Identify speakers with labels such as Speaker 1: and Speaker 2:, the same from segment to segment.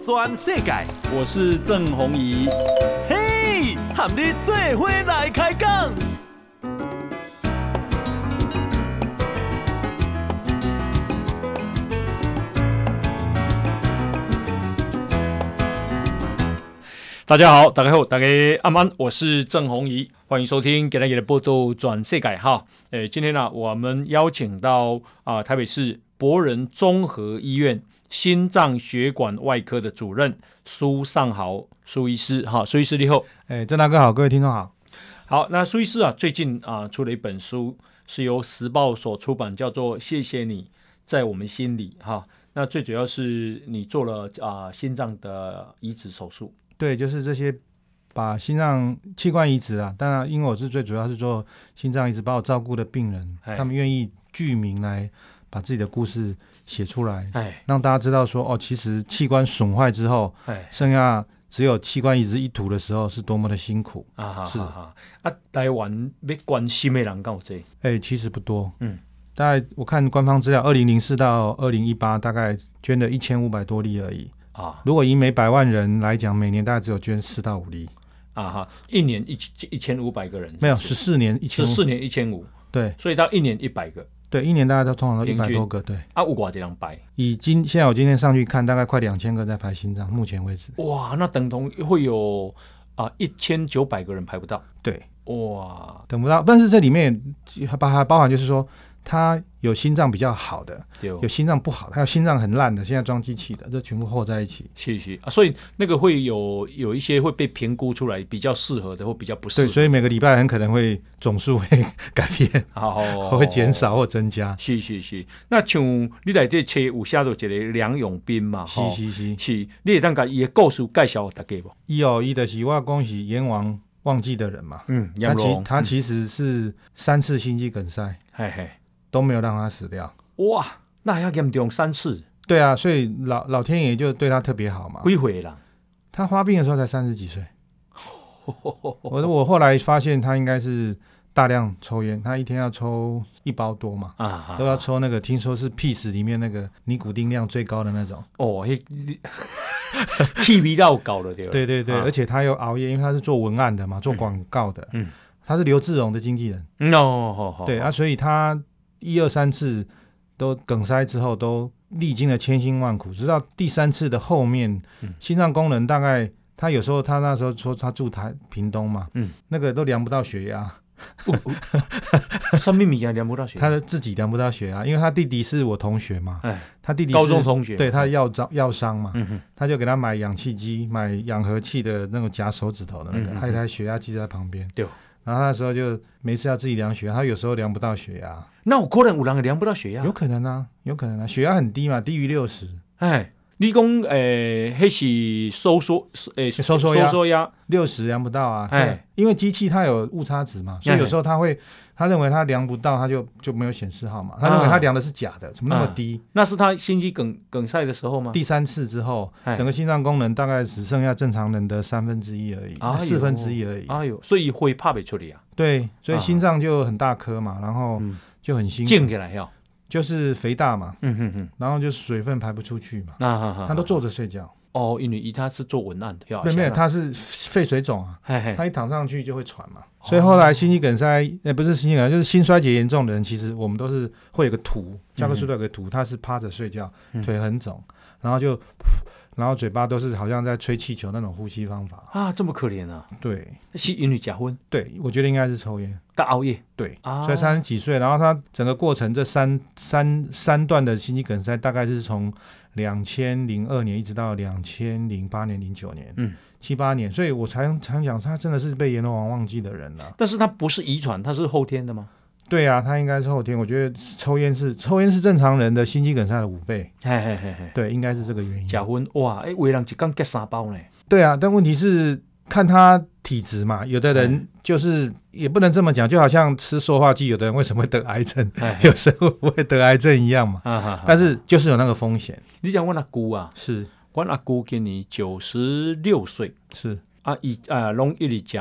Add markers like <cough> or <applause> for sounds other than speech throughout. Speaker 1: 转世界，
Speaker 2: 我是郑宏仪。
Speaker 1: 嘿，和你做伙来开讲。
Speaker 2: 大家好，大家好，大家安安，我是郑宏仪，欢迎收听《给大家的波多转世改》哈。诶，今天呢、我们邀请到啊、台北市博仁综合医院心脏血管外科的主任苏尚豪苏医师哈，苏医师你好。
Speaker 3: 哎，郑大哥好，各位听众好。
Speaker 2: 好，那苏医师啊，最近啊出了一本书，是由时报所出版，叫做《谢谢你在我们心里》哈。那最主要是你做了啊、心脏的移植手术，
Speaker 3: 对，就是这些把心脏器官移植啊，当然，因为我是最主要是做心脏移植，把我照顾的病人，
Speaker 2: 哎
Speaker 3: 他们愿意具名来把自己的故事写出来，
Speaker 2: 哎
Speaker 3: 让大家知道说，哦，其实器官损坏之后，
Speaker 2: 哎
Speaker 3: 剩下只有器官移植一途的时候，是多么的辛苦。
Speaker 2: 啊哈
Speaker 3: 是
Speaker 2: 哈哈啊，台湾要关心的人够这
Speaker 3: 哎，其实不多，
Speaker 2: 嗯，
Speaker 3: 大概我看官方资料，二零零四到二零一八，大概捐了一千五百多例而已。
Speaker 2: 啊
Speaker 3: 如果以每百万人来讲，每年大概只有捐四到五例，
Speaker 2: 啊哈，一年一一千五百个人，
Speaker 3: 没有十四年一千
Speaker 2: 十
Speaker 3: 五，
Speaker 2: 四年一千五，
Speaker 3: 对。
Speaker 2: 所以到一年一百个
Speaker 3: 对，一年大概都通常都一
Speaker 2: 平
Speaker 3: 百
Speaker 2: 均
Speaker 3: 多个，对。
Speaker 2: 啊，五寡这两百，
Speaker 3: 以今现在我今天上去看，大概快两千个在排心脏，目前为止。
Speaker 2: 哇，那等同会有啊一千九百个人排不到，
Speaker 3: 对，
Speaker 2: 哇，
Speaker 3: 等不到，但是这里面也还包还包含就是说，他有心脏比较好的，
Speaker 2: 有
Speaker 3: 有心脏不好的，还有心脏很烂的，现在装机器的，这全部和在一起。
Speaker 2: 谢谢啊，所以那个会有有一些会被评估出来比较适合的或比较不适
Speaker 3: 对，
Speaker 2: 合的，
Speaker 3: 所以每个礼拜很可能会总数会改变，
Speaker 2: 哦
Speaker 3: 会减。少或增加。
Speaker 2: 是是是，那像你来这车有写到一个梁永斌嘛？
Speaker 3: 是
Speaker 2: 吼
Speaker 3: 是是，
Speaker 2: 是，你会当甲伊的故事介绍给大家无？
Speaker 3: 一哦一的是我恭喜阎王忘记的人嘛，
Speaker 2: 嗯，
Speaker 3: 他
Speaker 2: 杨
Speaker 3: 其
Speaker 2: 龙，
Speaker 3: 他
Speaker 2: 嗯
Speaker 3: 其实是三次心肌梗塞
Speaker 2: 嘿嘿，
Speaker 3: 都没有让他死掉。
Speaker 2: 哇，那还要严重三次，啊
Speaker 3: 对啊，所以老老天爷就对他特别好嘛。
Speaker 2: 几回啦？
Speaker 3: 他发病的时候才三十
Speaker 2: <laughs>
Speaker 3: 几岁，我我后来发现他应该是大量抽烟，他一天要抽一包多嘛，
Speaker 2: 啊啊，
Speaker 3: 都要抽那个听说是 p e c e 里面那个尼古丁量最高的那种。
Speaker 2: 哦，迄 <laughs> 气味到搞了对了。
Speaker 3: 对对对，
Speaker 2: 啊
Speaker 3: 而且他又熬夜，因为他是做文案的嘛，做广告的，
Speaker 2: 嗯，
Speaker 3: 他是刘志荣的经纪人，
Speaker 2: 嗯，哦，好好，
Speaker 3: 对啊，所以他一二三次都梗塞之后都历经了千辛万苦，直到第三次的后面，
Speaker 2: 嗯
Speaker 3: 心脏功能大概他有时候他那时候说他住台屏东嘛，
Speaker 2: 嗯，
Speaker 3: 那个都量不到血压，
Speaker 2: 哦
Speaker 3: <laughs>
Speaker 2: 好，什么物件连不到血？啊
Speaker 3: 他的自己量不到血压，因为他弟弟是我同学嘛，
Speaker 2: 哎，
Speaker 3: 他弟弟是
Speaker 2: 高中同学，嗯
Speaker 3: 对他药伤药伤嘛，
Speaker 2: 嗯哼，
Speaker 3: 他就给他买氧气机，买氧合器的那种夹手指头的那个，
Speaker 2: 嗯嗯嗯
Speaker 3: 还有一台血压计在旁边，
Speaker 2: 对哦
Speaker 3: 然后他那时候就每次要自己量血压，他有时候量不到血压，
Speaker 2: 那有可能有人会量不到血压
Speaker 3: 有。可能啊，有可能啊，血压很低嘛，低于六十，
Speaker 2: 哎，你讲诶，迄、是收缩，诶、
Speaker 3: 收缩压
Speaker 2: 收缩压，
Speaker 3: 六十量不到啊，
Speaker 2: 哎
Speaker 3: 对，因为机器它有误差值嘛，所以有时候它会，他认为它量不到，它就就没有显示号码，他认为它量的是假的，怎么那么低？
Speaker 2: 那是他心肌梗梗塞的时候吗？
Speaker 3: 第三次之后，
Speaker 2: 嗯哎
Speaker 3: 整个心脏功能大概只剩下正常人的三分之一而已，
Speaker 2: 哎呦
Speaker 3: 四分之一而已。
Speaker 2: 哎呦，所以会拍不出来啊，
Speaker 3: 对，所以
Speaker 2: 啊
Speaker 3: 心脏就很大颗嘛，然后
Speaker 2: 嗯
Speaker 3: 就很辛苦，
Speaker 2: 溅起来呀，
Speaker 3: 就是肥大嘛，
Speaker 2: 嗯哼哼，
Speaker 3: 然后就水分排不出去嘛，
Speaker 2: 啊哈哈，
Speaker 3: 他都坐着睡觉，
Speaker 2: 哦，因为伊他是做文案的，
Speaker 3: 对，没有，
Speaker 2: 他，
Speaker 3: 他是肺水肿啊。
Speaker 2: 嘿嘿，
Speaker 3: 他一躺上去就会喘嘛，所以后来心肌梗塞，呃，不是心肌梗塞，就是心衰竭严重的人，其实我们都是会有个图，教科书都有个图，他是趴着睡觉，
Speaker 2: 嗯
Speaker 3: 腿很肿，然后就，然后嘴巴都是好像在吹气球那种呼吸方法。
Speaker 2: 啊，这么可怜啊，
Speaker 3: 对，
Speaker 2: 是因为假婚，
Speaker 3: 对，我觉得应该是抽烟。
Speaker 2: 跟熬夜
Speaker 3: 对，
Speaker 2: 啊，
Speaker 3: 所以三十几岁，然后他整个过程这三三三段的心肌梗塞，大概是从两千零二年一直到两千零八年、零九年，
Speaker 2: 嗯，
Speaker 3: 七八年，所以我才常讲他真的是被阎罗王忘记的人啊了、
Speaker 2: 但是他不是遗传，他是后天的吗？
Speaker 3: 对啊，他应该是后天。我觉得抽烟是抽烟是正常人的心肌梗塞的五倍，
Speaker 2: 嘿嘿嘿嘿，
Speaker 3: 对，应该是这个原因。
Speaker 2: 假婚哇，哎，为人一刚结三包呢，
Speaker 3: 对啊，但问题是看他体质嘛，有的人
Speaker 2: 哎
Speaker 3: 就是也不能这么讲，就好像吃塑化剂，有的人为什么会得癌症， <laughs>，
Speaker 2: 哎
Speaker 3: 有时候不会得癌症一样嘛。
Speaker 2: 啊哈哈，
Speaker 3: 但是就是有那个风险，
Speaker 2: 你讲我阿姑啊，
Speaker 3: 是
Speaker 2: 我阿姑今年九十六岁。
Speaker 3: 是，
Speaker 2: 啊，伊啊，拢一直食，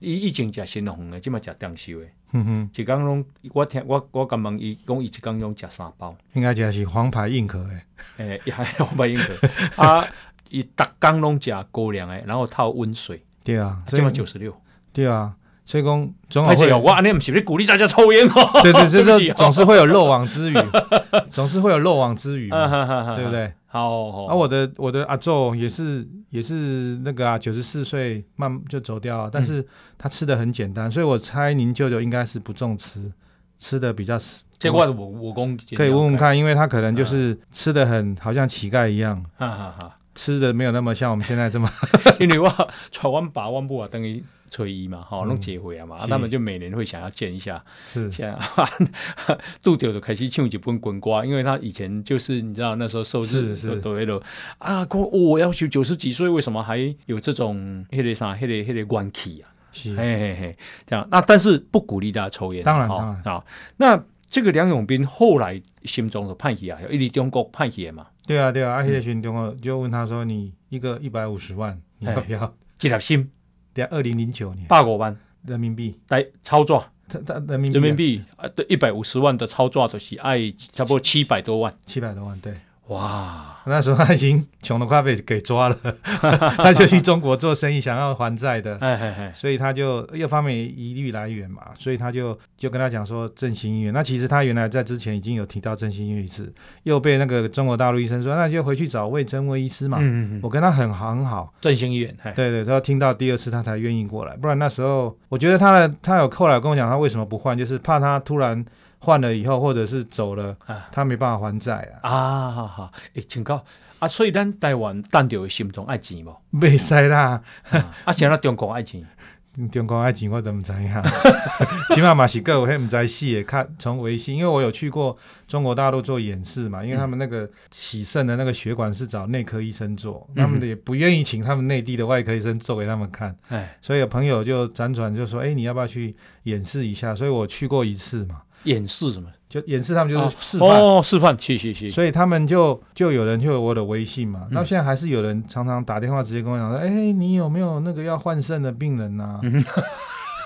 Speaker 2: 伊以前食新红的，即摆食中寿的，
Speaker 3: 哼哼，
Speaker 2: 一工拢我听我我甲问伊讲，伊一工拢食三包，
Speaker 3: 应该讲是黄牌硬壳哎、
Speaker 2: <laughs> 诶、欸，伊还我捌应过啊。伊逐工拢食高粱的，然后泡温水，
Speaker 3: 对啊，所
Speaker 2: 这
Speaker 3: 以
Speaker 2: 么九十六。
Speaker 3: 对啊，所以讲总好
Speaker 2: 而
Speaker 3: 会
Speaker 2: 且
Speaker 3: 有
Speaker 2: 我安尼毋是咧鼓励大家抽烟
Speaker 3: <laughs>
Speaker 2: 哦，
Speaker 3: 对对，
Speaker 2: <laughs> 对
Speaker 3: 这
Speaker 2: 不起
Speaker 3: 这
Speaker 2: 哦
Speaker 3: 总是会有漏网之鱼，总是会有漏网之鱼
Speaker 2: <laughs>
Speaker 3: 嘛，对
Speaker 2: 对
Speaker 3: 不？对？
Speaker 2: 好，好
Speaker 3: 啊，我的我的阿昼也是也是那个啊，九十四岁慢就走掉了，
Speaker 2: 嗯
Speaker 3: 但是他吃的很简单，所以我猜您舅舅应该是不重吃，吃的比较死
Speaker 2: 这我我我讲
Speaker 3: 可以问问，看，因为他可
Speaker 2: 嗯
Speaker 3: 能就是吃的很好像乞丐一样，
Speaker 2: 哈啊哈哈。 <laughs>
Speaker 3: 吃的没有那么像我们现在这么
Speaker 2: 因为我 <laughs> 传阮爸阮母啊，等于催伊嘛，吼，拢结婚啊嘛，啊
Speaker 3: 嗯是
Speaker 2: 他们就每年会想要见一下，
Speaker 3: 是
Speaker 2: 这样 <laughs> 杜啊丢就开始唱一本滚瓜，因为他以前就是你知道那时候受
Speaker 3: 是
Speaker 2: 日
Speaker 3: 是
Speaker 2: 都迄落啊，讲哦我要求九十几岁，为什么还有这种迄个啥迄个迄个怨气啊？
Speaker 3: 是
Speaker 2: 嘿嘿嘿，这样。那啊但是不鼓励大家抽烟，
Speaker 3: 当然
Speaker 2: 哦
Speaker 3: 当然
Speaker 2: 啊、那这个梁永斌后来心中的叛逆啊，一离中国叛逆嘛，
Speaker 3: 对啊对啊，
Speaker 2: 嗯
Speaker 3: 阿谢群中我就问他说，你一个一百五十万，你
Speaker 2: 哎
Speaker 3: 要不要？ <laughs>
Speaker 2: 一粒心
Speaker 3: 对啊，二零零九年
Speaker 2: 百五万
Speaker 3: 人民币，
Speaker 2: 来操作
Speaker 3: 他他人民币啊
Speaker 2: 人民币啊，对一百五十万的操作都是爱差不多七百多万，
Speaker 3: 七百多万，对。
Speaker 2: 哇！
Speaker 3: <laughs> 那时候他已经穷的快被给抓了， <laughs> 他就去中国做生意，想要还债的，
Speaker 2: 哎哎哎，
Speaker 3: 所以他就一方面疑虑来源嘛，所以他就就跟他讲说振兴医院。那其实他原来在之前已经有提到振兴医院一次，又被那个中国大陆医生说，那你就回去找魏征魏医师嘛。
Speaker 2: 嗯嗯嗯，
Speaker 3: 我跟他很好很好，
Speaker 2: 振兴医院，哎，
Speaker 3: 对对，他听到第二次他才愿意过来，不然那时候我觉得他的他有后来跟我讲他为什么不换，就是怕他突然换了以后或者是走了
Speaker 2: 啊，
Speaker 3: 他没办法还债啊。
Speaker 2: 啊，好好，哎，请教啊，所以咱台湾咱就会心中爱钱无？
Speaker 3: 没塞啦，
Speaker 2: 啊，啊想到中国爱钱，
Speaker 3: 中国爱情我都毋知影， <laughs> 起码嘛是个有迄毋知死的，看从微信，因为我有去过中国大陆做演示
Speaker 2: 嗯
Speaker 3: 嘛，因为他们那个洗肾的那个血管是找内科医生做，
Speaker 2: 嗯
Speaker 3: 他们也不愿意请他们内地的外科医生做给他们看，
Speaker 2: 哎，
Speaker 3: 所以有朋友就辗转就说，哎、你要不要去演示一下？所以我去过一次嘛，
Speaker 2: 演示什么？
Speaker 3: 就演示他们就是示范。
Speaker 2: 哦，示范，去去去，
Speaker 3: 所以他们就就有人就有我的微信嘛，
Speaker 2: 嗯
Speaker 3: 那现在还是有人常常打电话直接跟我讲
Speaker 2: <laughs>
Speaker 3: 说，哎、你有没有那个要换肾的病人呐、
Speaker 2: <laughs>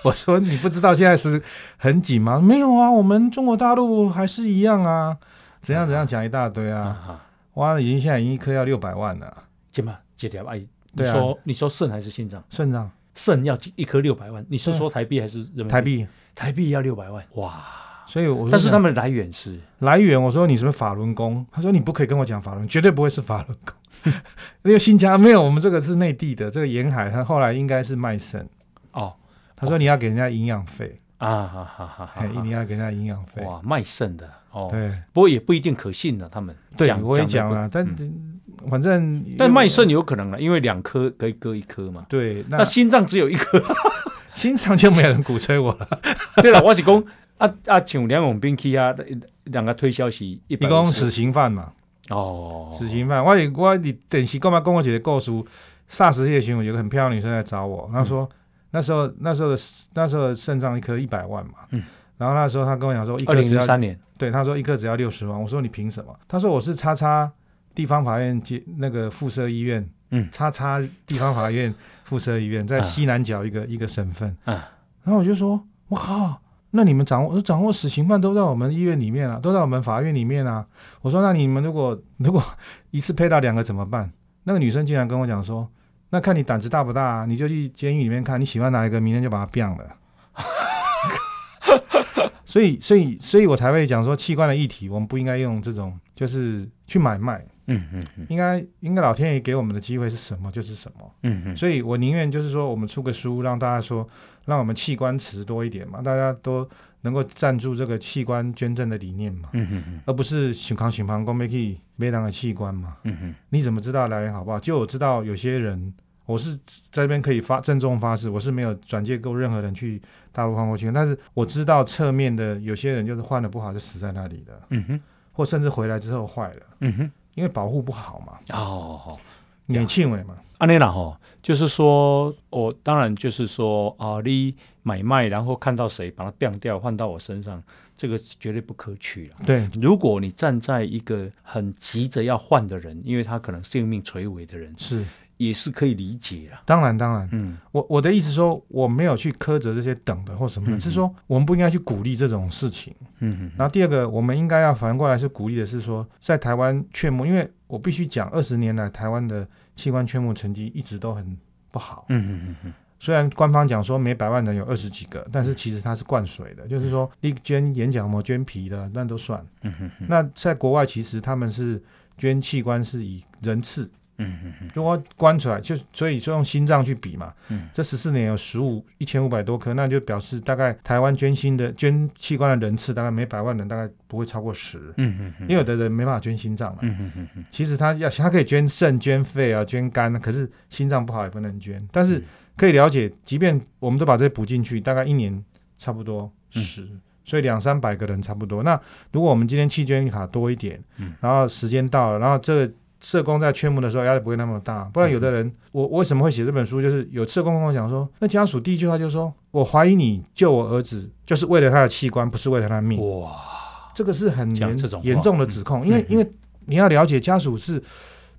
Speaker 3: 我说你不知道现在是很紧吗？没有啊，我们中国大陆还是一
Speaker 2: <laughs>
Speaker 3: 样啊，怎样怎样讲一大堆
Speaker 2: 啊
Speaker 3: 啊，
Speaker 2: 哈。
Speaker 3: 哇，已经现在已经一颗要六百万了，
Speaker 2: 怎么这条哎？你
Speaker 3: 对啊
Speaker 2: 说、你说肾还是心脏？
Speaker 3: 肾脏
Speaker 2: 肾要一颗六百万，你是
Speaker 3: 对啊
Speaker 2: 说台币还是人民币？
Speaker 3: 台，币，
Speaker 2: 台币要六百万哇！
Speaker 3: 所以我
Speaker 2: 嗯但是他
Speaker 3: 们
Speaker 2: 们的来源是
Speaker 3: 来源，我说你是不是法轮功？他说你不可以跟我讲法轮，绝对不会是法轮功， <laughs> 因为新疆没有，我们这个是内地的，这个沿海，他后来应该是卖肾。
Speaker 2: 哦
Speaker 3: 他说你要给人家营养费，
Speaker 2: 啊哈哈哈哈
Speaker 3: 哎，你要给人家营养费。
Speaker 2: 哇卖肾的哦，
Speaker 3: 对
Speaker 2: 不过也不一定可信了、他们
Speaker 3: 对，
Speaker 2: 讲
Speaker 3: 我也
Speaker 2: 讲
Speaker 3: 讲
Speaker 2: 得
Speaker 3: 了，
Speaker 2: 不
Speaker 3: 但反正
Speaker 2: 但卖肾有可能了，因为两颗可以割一颗嘛。
Speaker 3: 对，那
Speaker 2: 那心脏只有一颗。
Speaker 3: 心肠就没有人鼓吹我
Speaker 2: <laughs>
Speaker 3: 了。
Speaker 2: 对了，我是讲啊啊，像梁永斌去啊，两个推销是一
Speaker 3: 一
Speaker 2: 百
Speaker 3: 共死刑犯嘛，
Speaker 2: 哦，
Speaker 3: 死刑犯。我也我你等时干嘛跟我姐姐告诉霎时夜巡，有个很漂亮的女生来找
Speaker 2: 嗯
Speaker 3: 我，她说那时候那时候的那时候的肾脏一颗一百万嘛，
Speaker 2: 嗯
Speaker 3: 然后那时候她跟我讲说一
Speaker 2: 二
Speaker 3: 颗
Speaker 2: 零
Speaker 3: 只
Speaker 2: 零
Speaker 3: 要
Speaker 2: 三年
Speaker 3: 对，他说一个只要六十万，我说你凭什么？他说我是叉叉地方法院接那个附设医院，
Speaker 2: 嗯
Speaker 3: 叉叉地方法院附设医院在
Speaker 2: 啊
Speaker 3: 西南角一个、一个省份，
Speaker 2: 啊，
Speaker 3: 然后我就说，我靠，那你们掌握掌握死刑犯都在我们医院里面啊，都在我们法院里面啊。我说那你们如果如果 <laughs> 一次配到两个怎么办？那个女生竟然跟我讲说，那看你胆子大不大、啊，你就去监狱里面看，你喜欢哪一个，明天就把它变了。所以，所以，所以我才会讲说，器官的议题，我们不应该用这种，就是去买卖，
Speaker 2: 嗯嗯嗯
Speaker 3: 应该，应该老天爷给我们的机会是什么就是什么。
Speaker 2: 嗯嗯，
Speaker 3: 所以我宁愿就是说，我们出个书，让大家说，让我们器官池多一点嘛，大家都能够赞助这个器官捐赠的理念嘛，
Speaker 2: 嗯嗯嗯
Speaker 3: 而不是想康想康光没去没当的器官嘛。
Speaker 2: 嗯嗯。
Speaker 3: 你怎么知道来源好不好？就我知道有些人，我是在这边可以发正中发誓，我是没有转介过任何人去大陆换过器官，但是我知道侧面的有些人就是换的不好就死在那里了，
Speaker 2: 嗯哼，
Speaker 3: 或甚至回来之后坏了，
Speaker 2: 嗯哼，
Speaker 3: 因为保护不好嘛，
Speaker 2: 哦，好，
Speaker 3: 免庆伟嘛，
Speaker 2: 安尼啦吼，就是说我当然就是说啊，你买卖然后看到谁把它变掉换到我身上，这个是绝对不可取了。
Speaker 3: 对
Speaker 2: 如果你站在一个很急着要换的人，因为他可能性命垂危的人，
Speaker 3: 是。
Speaker 2: 也是可以理解啦。
Speaker 3: 当然，当然，
Speaker 2: 嗯，
Speaker 3: 我我的意思说，我没有去苛责这些等的或什么的，
Speaker 2: 嗯嗯
Speaker 3: 是说我们不应该去鼓励这种事情。
Speaker 2: 嗯
Speaker 3: 然后第二个，我们应该要反过来是鼓励的是说，在台湾劝募，因为我必须讲，二十年来台湾的器官捐募成绩一直都很不好。
Speaker 2: 嗯嗯嗯
Speaker 3: 虽然官方讲说每百万人有二十几个，但是其实它是灌水的，就是说你捐眼角膜、捐皮的那都算。
Speaker 2: 嗯嗯嗯
Speaker 3: 那在国外其实他们是捐器官是以人次，
Speaker 2: 嗯嗯
Speaker 3: 如果关出来就所以说用心脏去比嘛，
Speaker 2: 嗯
Speaker 3: 这十四年有十五一千五百多颗，那就表示大概台湾捐心的捐器官的人次大概每百万人大概不会超过十。
Speaker 2: 嗯嗯
Speaker 3: 因为有的人没办法捐心脏嘛，
Speaker 2: 嗯嗯嗯
Speaker 3: 其实他要他可以捐肾、捐肺啊、捐肝，可是心脏不好也不能捐。但
Speaker 2: 嗯
Speaker 3: 是可以了解，即便我们都把这补进去，大概一年差不多
Speaker 2: 嗯
Speaker 3: 十、所以两三百个人差不多。那如果我们今天弃捐卡多一点，
Speaker 2: 嗯
Speaker 3: 然后时间到了，然后这个社工在劝募的时候压力不会那么大。不然有的
Speaker 2: 嗯
Speaker 3: 人，我我为什么会写这本书？就是有社工跟我讲说，那家属第一句话就是说我怀疑你救我儿子，就是为了他的器官，不是为了他的命。
Speaker 2: 哇，
Speaker 3: 这个是很
Speaker 2: 讲
Speaker 3: 严
Speaker 2: 这种话
Speaker 3: 严重的指控，因为
Speaker 2: 嗯嗯
Speaker 3: 因为你要了解，家属是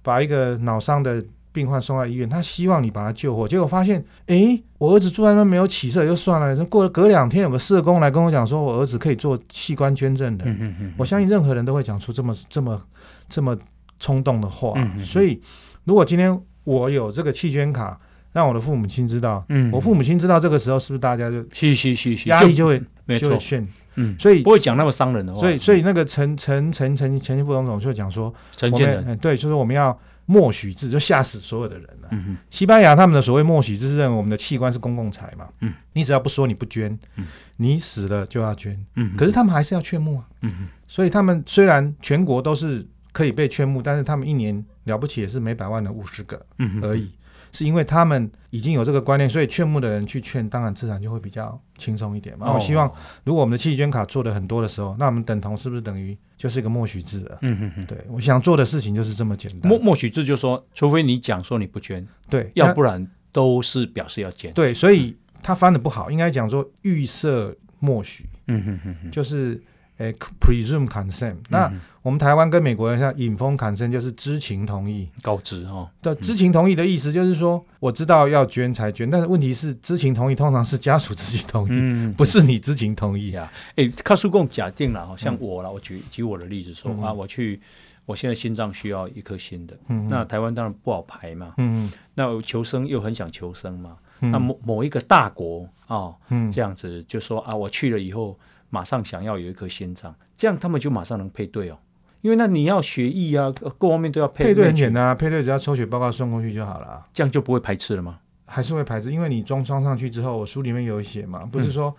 Speaker 3: 把一个脑伤的病患送到医院，他希望你把他救活，结果发现，诶，我儿子住在那边没有起色也就算了，过了隔两天有个社工来跟我讲说，我儿子可以做器官捐赠的，
Speaker 2: 嗯嗯嗯，
Speaker 3: 我相信任何人都会讲出这么这么这么冲动的话，
Speaker 2: 嗯嗯嗯
Speaker 3: 所以如果今天我有这个弃捐卡，让我的父母亲知道，
Speaker 2: 嗯，
Speaker 3: 我父母亲知道这个时候，是不是大家就是
Speaker 2: 是是是，
Speaker 3: 压力就会
Speaker 2: 没
Speaker 3: 就会
Speaker 2: 错，
Speaker 3: 炫？
Speaker 2: 嗯，
Speaker 3: 所以
Speaker 2: 不会讲那么伤人的话，
Speaker 3: 所以，所以那个陈陈陈陈前副总统就讲说，
Speaker 2: 陈
Speaker 3: 我
Speaker 2: 建
Speaker 3: 们
Speaker 2: 仁，
Speaker 3: 嗯对，就是我们要默许制，就吓死所有的人了。
Speaker 2: 嗯嗯
Speaker 3: 西班牙他们的所谓默许制是认为我们的器官是公共财嘛，
Speaker 2: 嗯，
Speaker 3: 你只要不说你不捐，
Speaker 2: 嗯
Speaker 3: 你死了就要捐。
Speaker 2: 嗯，
Speaker 3: 可是他们还是要劝募啊，
Speaker 2: 嗯
Speaker 3: 所以他们虽然全国都是可以被劝募，但是他们一年了不起也是每百万的五十个
Speaker 2: 嗯
Speaker 3: 而已。是因为他们已经有这个观念，所以劝募的人去劝，当然自然就会比较轻松一点
Speaker 2: 哦呃
Speaker 3: 嘛。我希望，如果我们的弃捐卡做的很多的时候，那我们等同是不是等于就是一个默许制了？
Speaker 2: 嗯嗯嗯。
Speaker 3: 对，我想做的事情就是这么简单
Speaker 2: 默。默许制就说，除非你讲说你不捐，
Speaker 3: 对，
Speaker 2: 要
Speaker 3: 那
Speaker 2: 不然都是表示要捐。
Speaker 3: 对，所以他翻的不好，应该讲说预设默许，
Speaker 2: 嗯嗯哼哼哼，
Speaker 3: 就是诶 presume consent。那我们台湾跟美国像引风 consent 就是知情同意。
Speaker 2: 高知哦，
Speaker 3: 的知情同意的意思就是说，我知道要捐才捐，但是问题是知情同意通常是家属知情同意，
Speaker 2: 嗯，
Speaker 3: 不是你知情同意啊。
Speaker 2: 呀，哎，卡叔共假定了，哦像我啦，我举举我的例子说
Speaker 3: 嗯
Speaker 2: 啊，我去，我现在心脏需要一颗新的，
Speaker 3: 嗯，
Speaker 2: 那台湾当然不好排嘛，
Speaker 3: 嗯
Speaker 2: 那我求生又很想求生嘛，
Speaker 3: 嗯，
Speaker 2: 那某某一个大国哦，
Speaker 3: 嗯
Speaker 2: 这样子就说啊，我去了以后马上想要有一颗心脏，这样他们就马上能配对哦，因为那你要血液啊，各各方面都要配
Speaker 3: 配对很
Speaker 2: match，
Speaker 3: 简单啊，配对只要抽血报告送过去就好了啊。
Speaker 2: 这样就不会排斥了吗？
Speaker 3: 还是会排斥，因为你装装上去之后，我书里面有写嘛，
Speaker 2: 嗯
Speaker 3: 不是说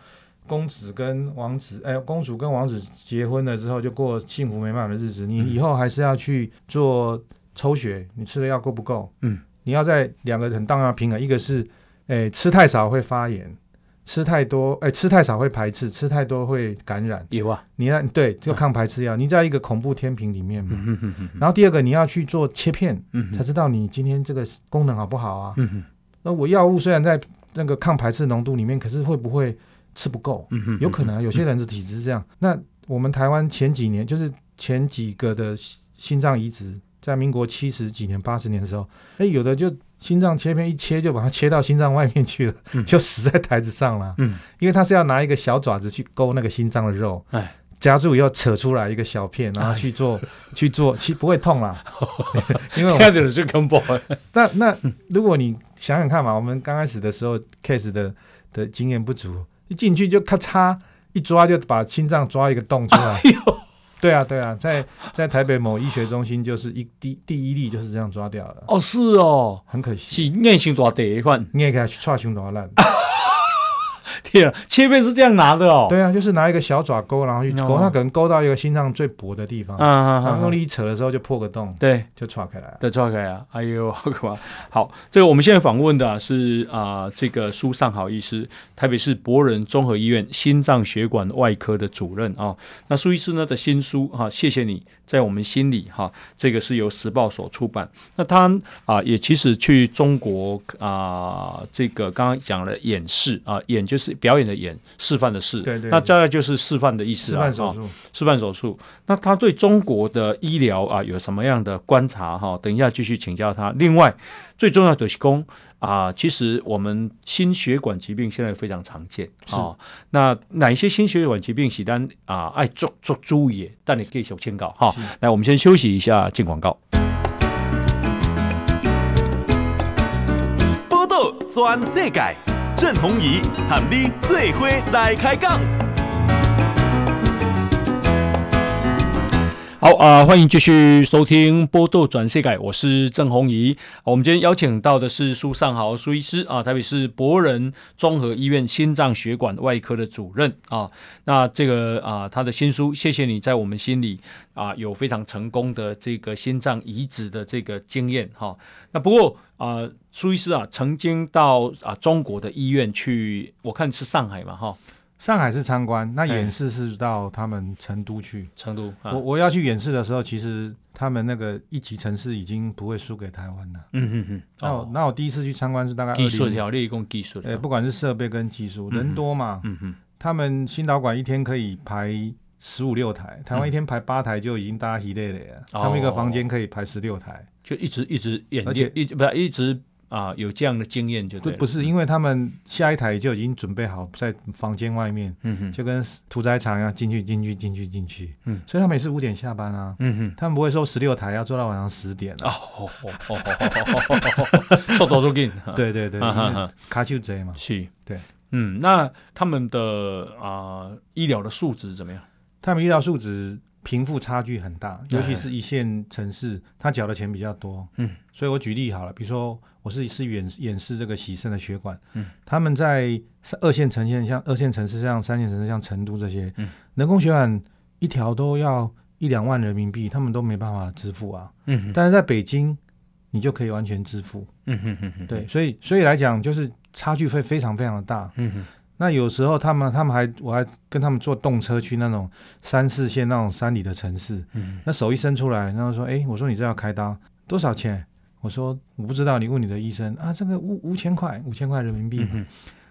Speaker 3: 公子跟王子，哎、公主跟王子结婚了之后就过幸福美满的日子，
Speaker 2: 嗯
Speaker 3: 你以后还是要去做抽血，你吃的药够不够？
Speaker 2: 嗯，
Speaker 3: 你要在两个很重要的平衡，一个是，哎、吃太少会发炎。吃太多，哎、吃太少会排斥，吃太多会感染。
Speaker 2: 有啊，
Speaker 3: 你要对这个抗排斥药，你在一个恐怖天平里面嘛。
Speaker 2: 嗯哼哼哼，
Speaker 3: 然后第二个，你要去做切片，
Speaker 2: 嗯
Speaker 3: 才
Speaker 2: 哼，
Speaker 3: 知道你今天这个功能好不好啊。
Speaker 2: 嗯哼，
Speaker 3: 那我药物虽然在那个抗排斥浓度里面，可是会不会吃不够？
Speaker 2: 嗯哼，
Speaker 3: 有可能啊，有些人的体质是这样。那我们台湾前几年就是前几个的心心脏移植，在民国七十几年、八十年的时候，哎，有的就心脏切片一切就把它切到心脏外面去了，
Speaker 2: 嗯
Speaker 3: 就死在台子上了，
Speaker 2: 嗯，
Speaker 3: 因为他是要拿一个小爪子去勾那个心脏的肉，
Speaker 2: 哎。
Speaker 3: 夹住以后扯出来一个小片，然后去做去做，其不会
Speaker 2: <laughs>
Speaker 3: 痛啦，因为我
Speaker 2: 这
Speaker 3: 们
Speaker 2: 样子是更不好。
Speaker 3: 那那如果你想想看嘛，我们刚开始的时候 case 的的经验不足，一进去就咔嚓一抓就把心脏抓一个洞出来。
Speaker 2: 哎
Speaker 3: 对啊对啊，在在台北某医学中心就是一第第一例就是这样抓掉了，
Speaker 2: 哦，是哦，
Speaker 3: 很可惜。
Speaker 2: 是哦内心大地一款。
Speaker 3: 你也给他去踹胸多烂，
Speaker 2: 天啊，切片是这样拿的哦。
Speaker 3: 对啊，就是拿一个小爪钩，然后去勾，
Speaker 2: 哦
Speaker 3: 它可能勾到一个心脏最薄的地方，
Speaker 2: 啊，啊
Speaker 3: 然
Speaker 2: 啊
Speaker 3: 后
Speaker 2: 啊
Speaker 3: 用！力一扯的时候就破个洞，
Speaker 2: 对。
Speaker 3: 就踹开来了。
Speaker 2: 的抓开啊！哎呦，好可怕！好，这个我们现在访问的啊、是啊、这个苏尚好医师，台北市博仁综合医院心脏血管外科的主任啊。那苏医师呢的新书哈、啊，谢谢你在我们心里哈、这个是由时报所出版。那他啊，也其实去中国啊，这个刚刚讲了演示啊，演就是表演的演，示范的示，
Speaker 3: 对对对
Speaker 2: 那大概就是示范的意思
Speaker 3: 示
Speaker 2: 啊，
Speaker 3: 范手
Speaker 2: 啊
Speaker 3: 术，
Speaker 2: 示范手术。那他对中国的医疗啊有什么样的观察哈、等一下继续请教他。另外，最重要的是公啊，其实我们心血管疾病现在非常常见啊、那哪一些心血管疾病是咱啊爱做做注意的？但你继续请教哈、
Speaker 3: 是
Speaker 2: 来，我们先休息一下，进广告。
Speaker 1: 全世界，郑鸿仪和你做伙来开讲。
Speaker 2: 好啊、呃欢迎继续收听《波豆转世改》，我是郑红怡、啊我们今天邀请到的是苏尚豪苏医师啊，台北市博仁综合医院心脏血管外科的主任啊。那这个啊，他的新书《谢谢你在我们心里》啊，有非常成功的这个心脏移植的这个经验哈、那不过啊、苏医师啊，曾经到啊中国的医院去，我看是上海嘛哈、
Speaker 3: 上海是参观，那
Speaker 2: 哎
Speaker 3: 演示是到他们成都去。
Speaker 2: 成都啊
Speaker 3: 我，我要去演示的时候，其实他们那个一级城市已经不会输给台湾了。
Speaker 2: 嗯嗯嗯，哦
Speaker 3: 那我、那我第一次去参观是大概
Speaker 2: 技术
Speaker 3: 20
Speaker 2: 条例共技术，
Speaker 3: 呃，不管是设备跟技术，人多嘛，
Speaker 2: 嗯嗯。
Speaker 3: 他们新导管一天可以排十五六台，台湾一天排八台就已经大家疲累了。
Speaker 2: 哦
Speaker 3: 他们一个房间可以排十六台，
Speaker 2: 就一直一直演
Speaker 3: 而
Speaker 2: 练
Speaker 3: 且，
Speaker 2: 一直不是一直啊、有这样的经验就
Speaker 3: 不
Speaker 2: 对了
Speaker 3: 不是因为他们下一台就已经准备好在房间外面，
Speaker 2: 嗯哼
Speaker 3: 就跟屠宰场一样进去进去进去进去。
Speaker 2: 嗯
Speaker 3: 所以他们也是五点下班啊，
Speaker 2: 嗯哼。
Speaker 3: 他们不会说十六台要做到晚上十点啊。
Speaker 2: 哦哦哦哦哦哦哦，速度足紧，
Speaker 3: 对对对，
Speaker 2: 啊哈哈
Speaker 3: 因为卡丘贼嘛，
Speaker 2: 是，
Speaker 3: 对，
Speaker 2: 嗯，那他们的啊、医疗的素质怎么样？
Speaker 3: 他们医疗素质贫富差距很大，尤
Speaker 2: 哎
Speaker 3: 其是一线城市，他缴的钱比较多。
Speaker 2: 嗯，
Speaker 3: 所以我举例好了，比如说我是是演演示这个洗肾的血管，
Speaker 2: 嗯，
Speaker 3: 他们在三二线城县，像二线城市，像三线城市，像成都这些，
Speaker 2: 嗯，
Speaker 3: 人工血管一条都要一两万人民币，他们都没办法支付啊。
Speaker 2: 嗯哼
Speaker 3: 但是在北京，你就可以完全支付。
Speaker 2: 嗯哼嗯哼，
Speaker 3: 对，所以所以来讲，就是差距会非常非常的大。
Speaker 2: 嗯哼，
Speaker 3: 那有时候他们他们还我还跟他们坐动车去那种三四线那种山里的城市，
Speaker 2: 嗯
Speaker 3: 那手一伸出来，然后说，哎，我说你这要开刀多少钱？我说我不知道，你问你的医生啊，这个五五千块，五千块人
Speaker 2: <laughs>
Speaker 3: 民币嘛。
Speaker 2: 嗯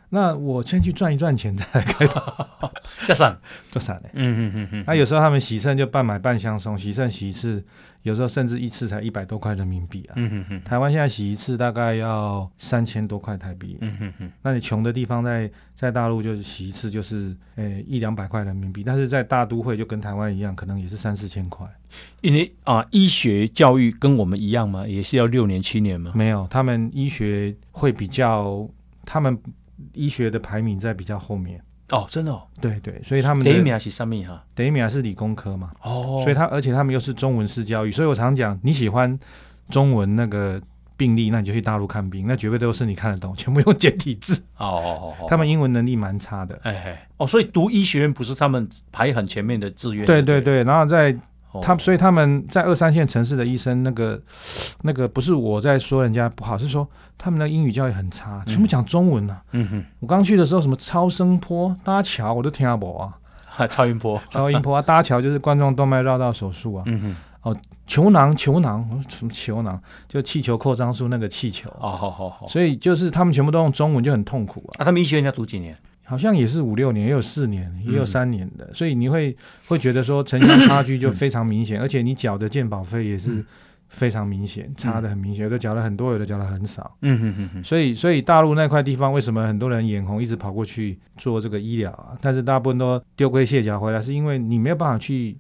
Speaker 3: 那我先去赚一赚钱再来开刀，
Speaker 2: 哼，加上，
Speaker 3: 多少呢？
Speaker 2: 嗯哼嗯哼，
Speaker 3: 那有时候他们洗肾就半买半相送，洗肾洗一次，有时候甚至一次才一百多块人民币啊。
Speaker 2: 嗯哼嗯哼，
Speaker 3: 台湾现在洗一次大概要三千多块台币，
Speaker 2: 嗯哼嗯
Speaker 3: 那你穷的地方在在大陆就洗一次就是呃一两百块人民币，但是在大都会就跟台湾一样，可能也是三四千块。
Speaker 2: 哼，因为啊、医学教育跟我们一样吗？也是要六年七年吗？
Speaker 3: 没有，他们医学会比较，他们医学的排名在比较后面。
Speaker 2: 哦，真的、哦，
Speaker 3: 对对，所以他们
Speaker 2: 第一
Speaker 3: 的
Speaker 2: 名是上面哈，
Speaker 3: 德米亚是理工科嘛，
Speaker 2: 哦，
Speaker 3: 所以他而且他们又是中文式教育，所以我常讲你喜欢中文那个病例，那你就去大陆看病，那绝对都是你看得懂，全部用简体字。
Speaker 2: 哦哦哦哦，
Speaker 3: 他们英文能力蛮差的。
Speaker 2: 哎哎，哦，所以读医学院不是他们排很前面的志愿。
Speaker 3: 对
Speaker 2: 对
Speaker 3: 对，对，然后在
Speaker 2: 哦
Speaker 3: 他所以他们在二三线城市的医生，那个那个不是我在说人家不好，是说他们的英语教育很差，全部讲中文啊。
Speaker 2: 嗯哼，
Speaker 3: 我刚去的时候，什么超声波、搭桥，我都听不
Speaker 2: <laughs>
Speaker 3: 懂啊。
Speaker 2: 哈超音波，
Speaker 3: 超音波啊，搭桥就是冠状动脉绕道手术啊。
Speaker 2: 嗯哼，
Speaker 3: 球囊，球囊，我说什么球囊？就气球扩张术那个气球。
Speaker 2: 哦好好好，
Speaker 3: 所以就是他们全部都用中文，就很痛苦
Speaker 2: 啊，
Speaker 3: 啊。
Speaker 2: 他们医学院要读几年？
Speaker 3: 好像也是五六年，也有四年，也有
Speaker 2: 嗯
Speaker 3: 三年的，所以你会会觉得说城乡差距就非常明
Speaker 2: 嗯
Speaker 3: 显，而且你缴的健保费也是非常明显，差的很明显，有的缴了很多，有的缴了很少。
Speaker 2: 嗯哼哼哼，
Speaker 3: 所以，所以大陆那块地方为什么很多人眼红，一直跑过去做这个医疗啊？但是大部分都丢盔卸甲回来，是因为你没有办法去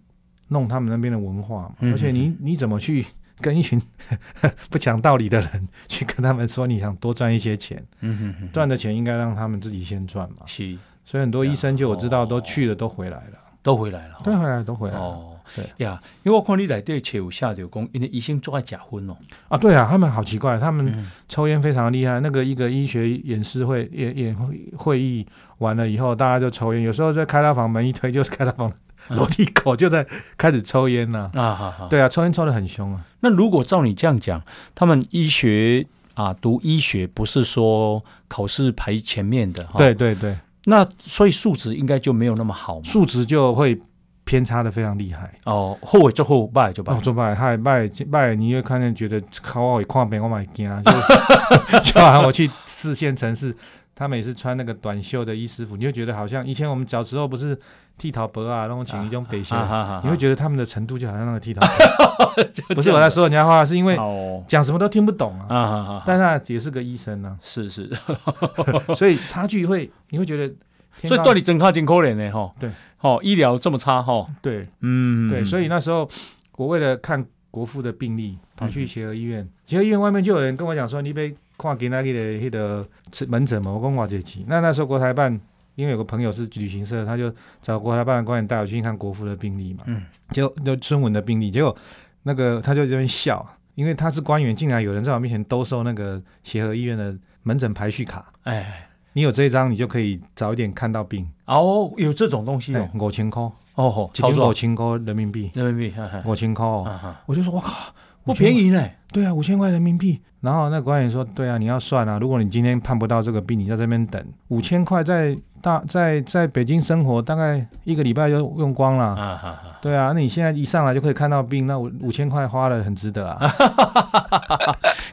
Speaker 3: 弄他们那边的文化嘛，
Speaker 2: 嗯
Speaker 3: 而且你你怎么去跟一群 <laughs> 不讲道理的人去跟他们说你想多赚一些钱，
Speaker 2: 嗯哼哼，
Speaker 3: 赚的钱应该让他们自己先赚嘛。
Speaker 2: 是
Speaker 3: 所以很多医生就我知道
Speaker 2: 哦
Speaker 3: 都去了，都回来了，
Speaker 2: 都回来了。
Speaker 3: 对，回来了都回来了
Speaker 2: 哦
Speaker 3: 对，
Speaker 2: 呀，因为我看你内底切有写着讲，因为医生做爱假婚哦，
Speaker 3: 啊，对啊，他们好奇怪，他们
Speaker 2: 嗯
Speaker 3: 抽烟非常厉害。那个一个医学演示会演演会会议完了以后，大家就抽烟，有时候在开刀房门一推，就是开刀房
Speaker 2: 嗯
Speaker 3: 楼梯口就在开始抽烟呐、
Speaker 2: 啊哈哈。，
Speaker 3: <laughs> 对啊，抽烟抽得很凶啊。
Speaker 2: 那如果照你这样讲，他们医学啊读医学不是说考试排前面的哈，，
Speaker 3: 对对对，
Speaker 2: 那所以素质应该就没有那么好嘛。
Speaker 3: 数值就会偏差的非常厉害。
Speaker 2: 哦，后尾就后拜就拜
Speaker 3: 哦，。做拜嗨拜拜，你又看见觉得靠我看边我买惊，就 <laughs> 就好像我去四线城市，他们也是穿那个短袖的衣师服，你就觉得好像以前我们小时候不是剃头伯啊，那啊种请一种北线，
Speaker 2: 哈哈
Speaker 3: 你会觉得他们的程度就好像那个剃头 <laughs> 伯。不是我在说人家话，是因为啊
Speaker 2: 哦
Speaker 3: 讲什么都听不懂啊。
Speaker 2: 啊哈哈，
Speaker 3: 但他也是个医生呢、
Speaker 2: 是是，
Speaker 3: 啊，所以差距会，你会觉得天
Speaker 2: 所
Speaker 3: 哪，
Speaker 2: 以到底真卡真可怜的哈。吼
Speaker 3: 对，
Speaker 2: 哦，医疗这么差哈，吼
Speaker 3: 对
Speaker 2: 嗯，
Speaker 3: 对，所以那时候
Speaker 2: 嗯
Speaker 3: 我为了看国父的病例，跑去协和医院。协和医院外面就有人跟我讲说：“你被看今仔日的迄个吃门诊嘛，我讲偌济钱。那那时候国台办，因为有个朋友是旅行社，他就找国台办的官员带我去看国父的病历嘛，
Speaker 2: 嗯，
Speaker 3: 结果就孙文的病历，结果那个他就在那边笑，因为他是官员，竟然有人在我面前兜售那个协和医院的门诊排序卡，
Speaker 2: 哎，
Speaker 3: 你有这一张，你就可以早一点看到病，
Speaker 2: 哦，有这种东西
Speaker 3: 哎
Speaker 2: 哦，
Speaker 3: 五千块，
Speaker 2: 哦吼，
Speaker 3: 一张
Speaker 2: 操
Speaker 3: 五
Speaker 2: 作
Speaker 3: 千块人民币，
Speaker 2: 人民币，哈哈
Speaker 3: 五千块哦，
Speaker 2: 啊哈
Speaker 3: 我就说我靠，
Speaker 2: 不便
Speaker 3: 宜。
Speaker 2: 宜呢，
Speaker 3: 对啊，五千块人民币。然后那管理员说：“对啊，你要算啊，如果你今天判不到这个病，你在这边等五千块在，大在在北京生活大概一个礼拜就用光了。
Speaker 2: 啊哈哈，
Speaker 3: 对啊，那你现在一上来就可以看到病，那五五千块花了很值得啊。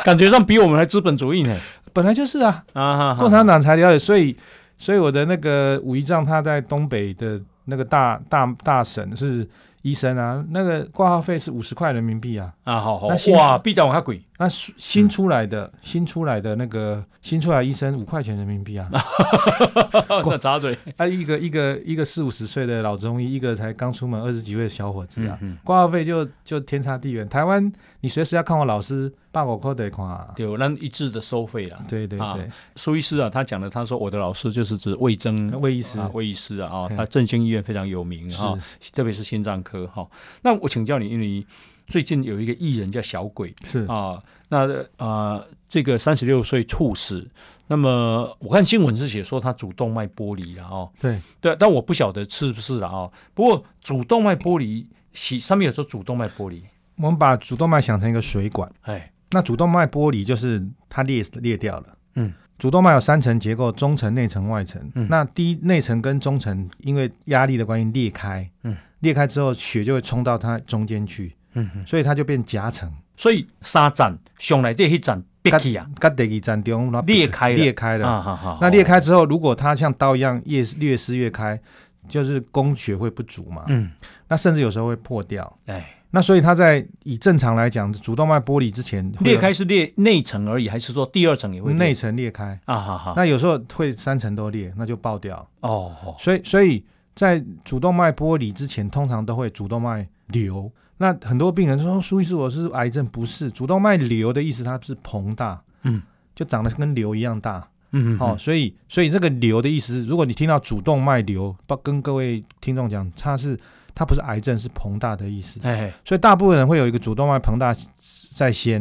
Speaker 2: 感觉上比我们还资本主义呢，
Speaker 3: 本来就是啊，
Speaker 2: 啊哈哈，
Speaker 3: 共产党才了解，所以所以我的那个武一丈他在东北的那个大大大省是医生啊，那个挂号费是五十块人民币啊。
Speaker 2: 啊好好
Speaker 3: 那薪，水
Speaker 2: 哇，比较往下
Speaker 3: <laughs>
Speaker 2: 贵，
Speaker 3: 那新新出来的、新出来的那个新出来医生五块钱人民币啊，
Speaker 2: 那砸嘴，
Speaker 3: 啊，一个一个一个四五十岁的老中医，一个才刚出门二十几岁的小伙子啊，
Speaker 2: 嗯，
Speaker 3: 挂号费就就天差地远。台湾你随时要看我老师，八狗扣得看啊。
Speaker 2: 对，咱一致的收费啦。
Speaker 3: 对对
Speaker 2: 啊
Speaker 3: 对，
Speaker 2: 苏医师啊，他讲的，他说我的老师就是指魏征
Speaker 3: 那魏医师
Speaker 2: 啊，魏医师啊，啊，
Speaker 3: 嗯
Speaker 2: 他振兴医院非常有名
Speaker 3: 是
Speaker 2: 啊，特别是心脏科哈。那我请教你，因为最近有一个艺人叫小鬼
Speaker 3: 是
Speaker 2: 啊，那呃，这个三十六岁猝死，那么我看新闻是写说他主动脉剥离了哦，
Speaker 3: 对，
Speaker 2: 对，但我不晓得是不是了哦。不过主动脉剥离，洗上面有说主动脉剥离，
Speaker 3: 我们把主动脉想成一个水管，
Speaker 2: 哎，
Speaker 3: 那主动脉剥离就是它裂裂掉了。
Speaker 2: 嗯，
Speaker 3: 主动脉有三层结构，中层、内层、外层。
Speaker 2: 嗯
Speaker 3: 那第一内层跟中层因为压力的关系裂开，
Speaker 2: 嗯，
Speaker 3: 裂开之后血就会冲到它中间去，
Speaker 2: 嗯嗯，
Speaker 3: 所以它就变夹层。
Speaker 2: 所以沙站上来这一站别去啊，
Speaker 3: 跟第二站中然后
Speaker 2: 裂开了
Speaker 3: 裂开了。
Speaker 2: 啊哈哈，
Speaker 3: 那裂开之后，如果它像刀一样越越撕越开，就是供血会不足嘛，
Speaker 2: 嗯，
Speaker 3: 那甚至有时候会破掉。
Speaker 2: 哎，
Speaker 3: 那所以它在以正常来讲，主动脉剥离之前会有
Speaker 2: 裂开是裂内层而已，还是说第二层也会裂
Speaker 3: 内层裂开，
Speaker 2: 啊？哈哈，
Speaker 3: 那有时候会三层都裂，那就爆掉。
Speaker 2: 哦哦，
Speaker 3: 所以所以在主动脉剥离之前，通常都会主动脉瘤。那很多病人说哦苏医师，我是癌症，不是主动脉瘤的意思，它是膨大，
Speaker 2: 嗯，
Speaker 3: 就长得跟瘤一样大。
Speaker 2: 嗯，
Speaker 3: 哦，
Speaker 2: 哦，
Speaker 3: 所以所以这个瘤的意思是，如果你听到主动脉瘤，不跟各位听众讲，它是它不是癌症，是膨大的意思。
Speaker 2: 哎，
Speaker 3: 所以大部分人会有一个主动脉膨大在先，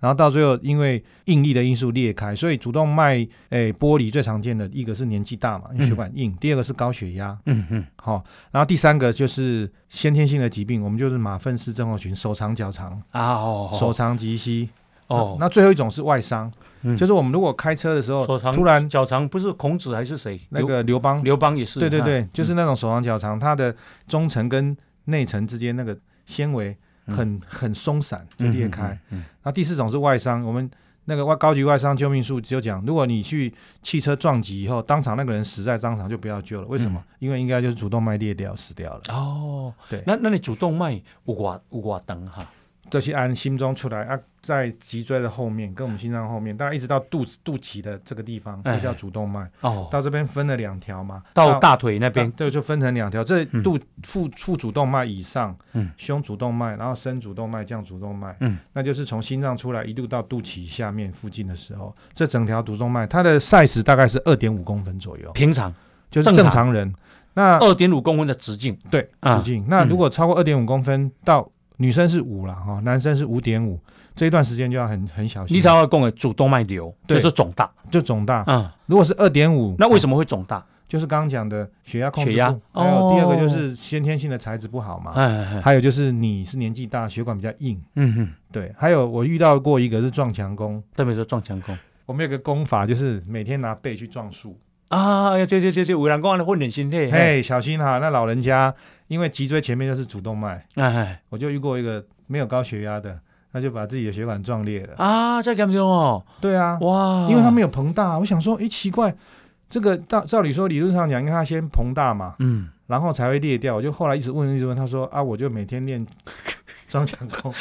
Speaker 3: 然后到最后因为应力的因素裂开，所以主动脉诶剥离最常见的一个是年纪大嘛，因为血管硬；第二个是高血压，
Speaker 2: 嗯嗯，
Speaker 3: 好、然后第三个就是先天性的疾病，我们就是马粪氏症候群，手长脚长，
Speaker 2: 啊哦，
Speaker 3: 手长及膝。
Speaker 2: 哦，
Speaker 3: 那最后一种是外伤，
Speaker 2: 嗯
Speaker 3: 就是我们如果开车的时候
Speaker 2: 手长
Speaker 3: 突然。
Speaker 2: 脚长不是孔子还是谁？
Speaker 3: 那个刘邦
Speaker 2: 刘刘邦也是，
Speaker 3: 对对
Speaker 2: 啊，
Speaker 3: 对，就是那种手长脚长，它的中层跟内层之间那个纤维很、很松散，就
Speaker 2: 嗯
Speaker 3: 裂开。，
Speaker 2: 嗯嗯嗯
Speaker 3: 那、第四种是外伤，我们那个外高级外伤救命术只有讲，如果你去汽车撞击以后，当场那个人死在当场就不要救了，为什么？
Speaker 2: 嗯
Speaker 3: 因为应该就是主动脉裂掉死掉了，
Speaker 2: 哦，
Speaker 3: 对
Speaker 2: 那那你主动脉有寡有寡长哈，
Speaker 3: 这些按心中出来啊，在脊椎的后面，跟我们心脏后面，大概一直到肚子肚脐的这个地方，这叫
Speaker 2: 哎
Speaker 3: 主动脉。
Speaker 2: 哦，
Speaker 3: 到这边分了两条嘛，
Speaker 2: 到大腿那
Speaker 3: 这
Speaker 2: 边，
Speaker 3: 对，就分成两条，这
Speaker 2: 嗯
Speaker 3: 肚腹腹主动脉以上，
Speaker 2: 嗯
Speaker 3: 胸主动脉，然后深主动脉、降主动脉，
Speaker 2: 嗯，
Speaker 3: 那就是从心脏出来一路到肚脐下面附近的时候，这整条主动脉它的 size 大概是二点五公分左右，
Speaker 2: 平常
Speaker 3: 就是
Speaker 2: 正
Speaker 3: 正
Speaker 2: 常
Speaker 3: 常人。那
Speaker 2: 二点五公分的直径，
Speaker 3: 对
Speaker 2: 啊
Speaker 3: 直径，那
Speaker 2: 嗯
Speaker 3: 如果超过二点五公分到女生是五了哈，男生是五点五，这一段时间就要很很小心
Speaker 2: 你，头要讲的主动脉瘤
Speaker 3: 对啊
Speaker 2: 就是肿大，
Speaker 3: 就肿大。
Speaker 2: 嗯，
Speaker 3: 如果是二点五，
Speaker 2: 那为什么会肿大？
Speaker 3: 就是刚刚讲的血压控制
Speaker 2: 血压
Speaker 3: 不还有第二个就
Speaker 2: 哦
Speaker 3: 是先天性的材质不好嘛，
Speaker 2: 哎哎，哎
Speaker 3: <laughs> 还有就是你是年纪大，血管比较硬。
Speaker 2: 嗯哼，
Speaker 3: 对，还有我遇到过一个是撞墙功，
Speaker 2: 特别是撞墙功。
Speaker 3: 我们有个功法就是每天拿背去撞树。
Speaker 2: 啊，对对对对，有人讲的混点心态，
Speaker 3: 嘿，小心哈！那老人家因为脊椎前面就是主动脉，
Speaker 2: 哎，哎
Speaker 3: 我就遇过一个没有高血压的，他就把自己的血管撞裂了。
Speaker 2: 啊，这严重哦，
Speaker 3: 对啊，
Speaker 2: 哇，
Speaker 3: 因为他没有膨大，我想说，诶，奇怪，这个照照理说理论上讲，因为他先膨大嘛，
Speaker 2: 嗯，
Speaker 3: 然后才会裂掉。我就后来一直问，一直问，他说啊，我就每天练撞墙功，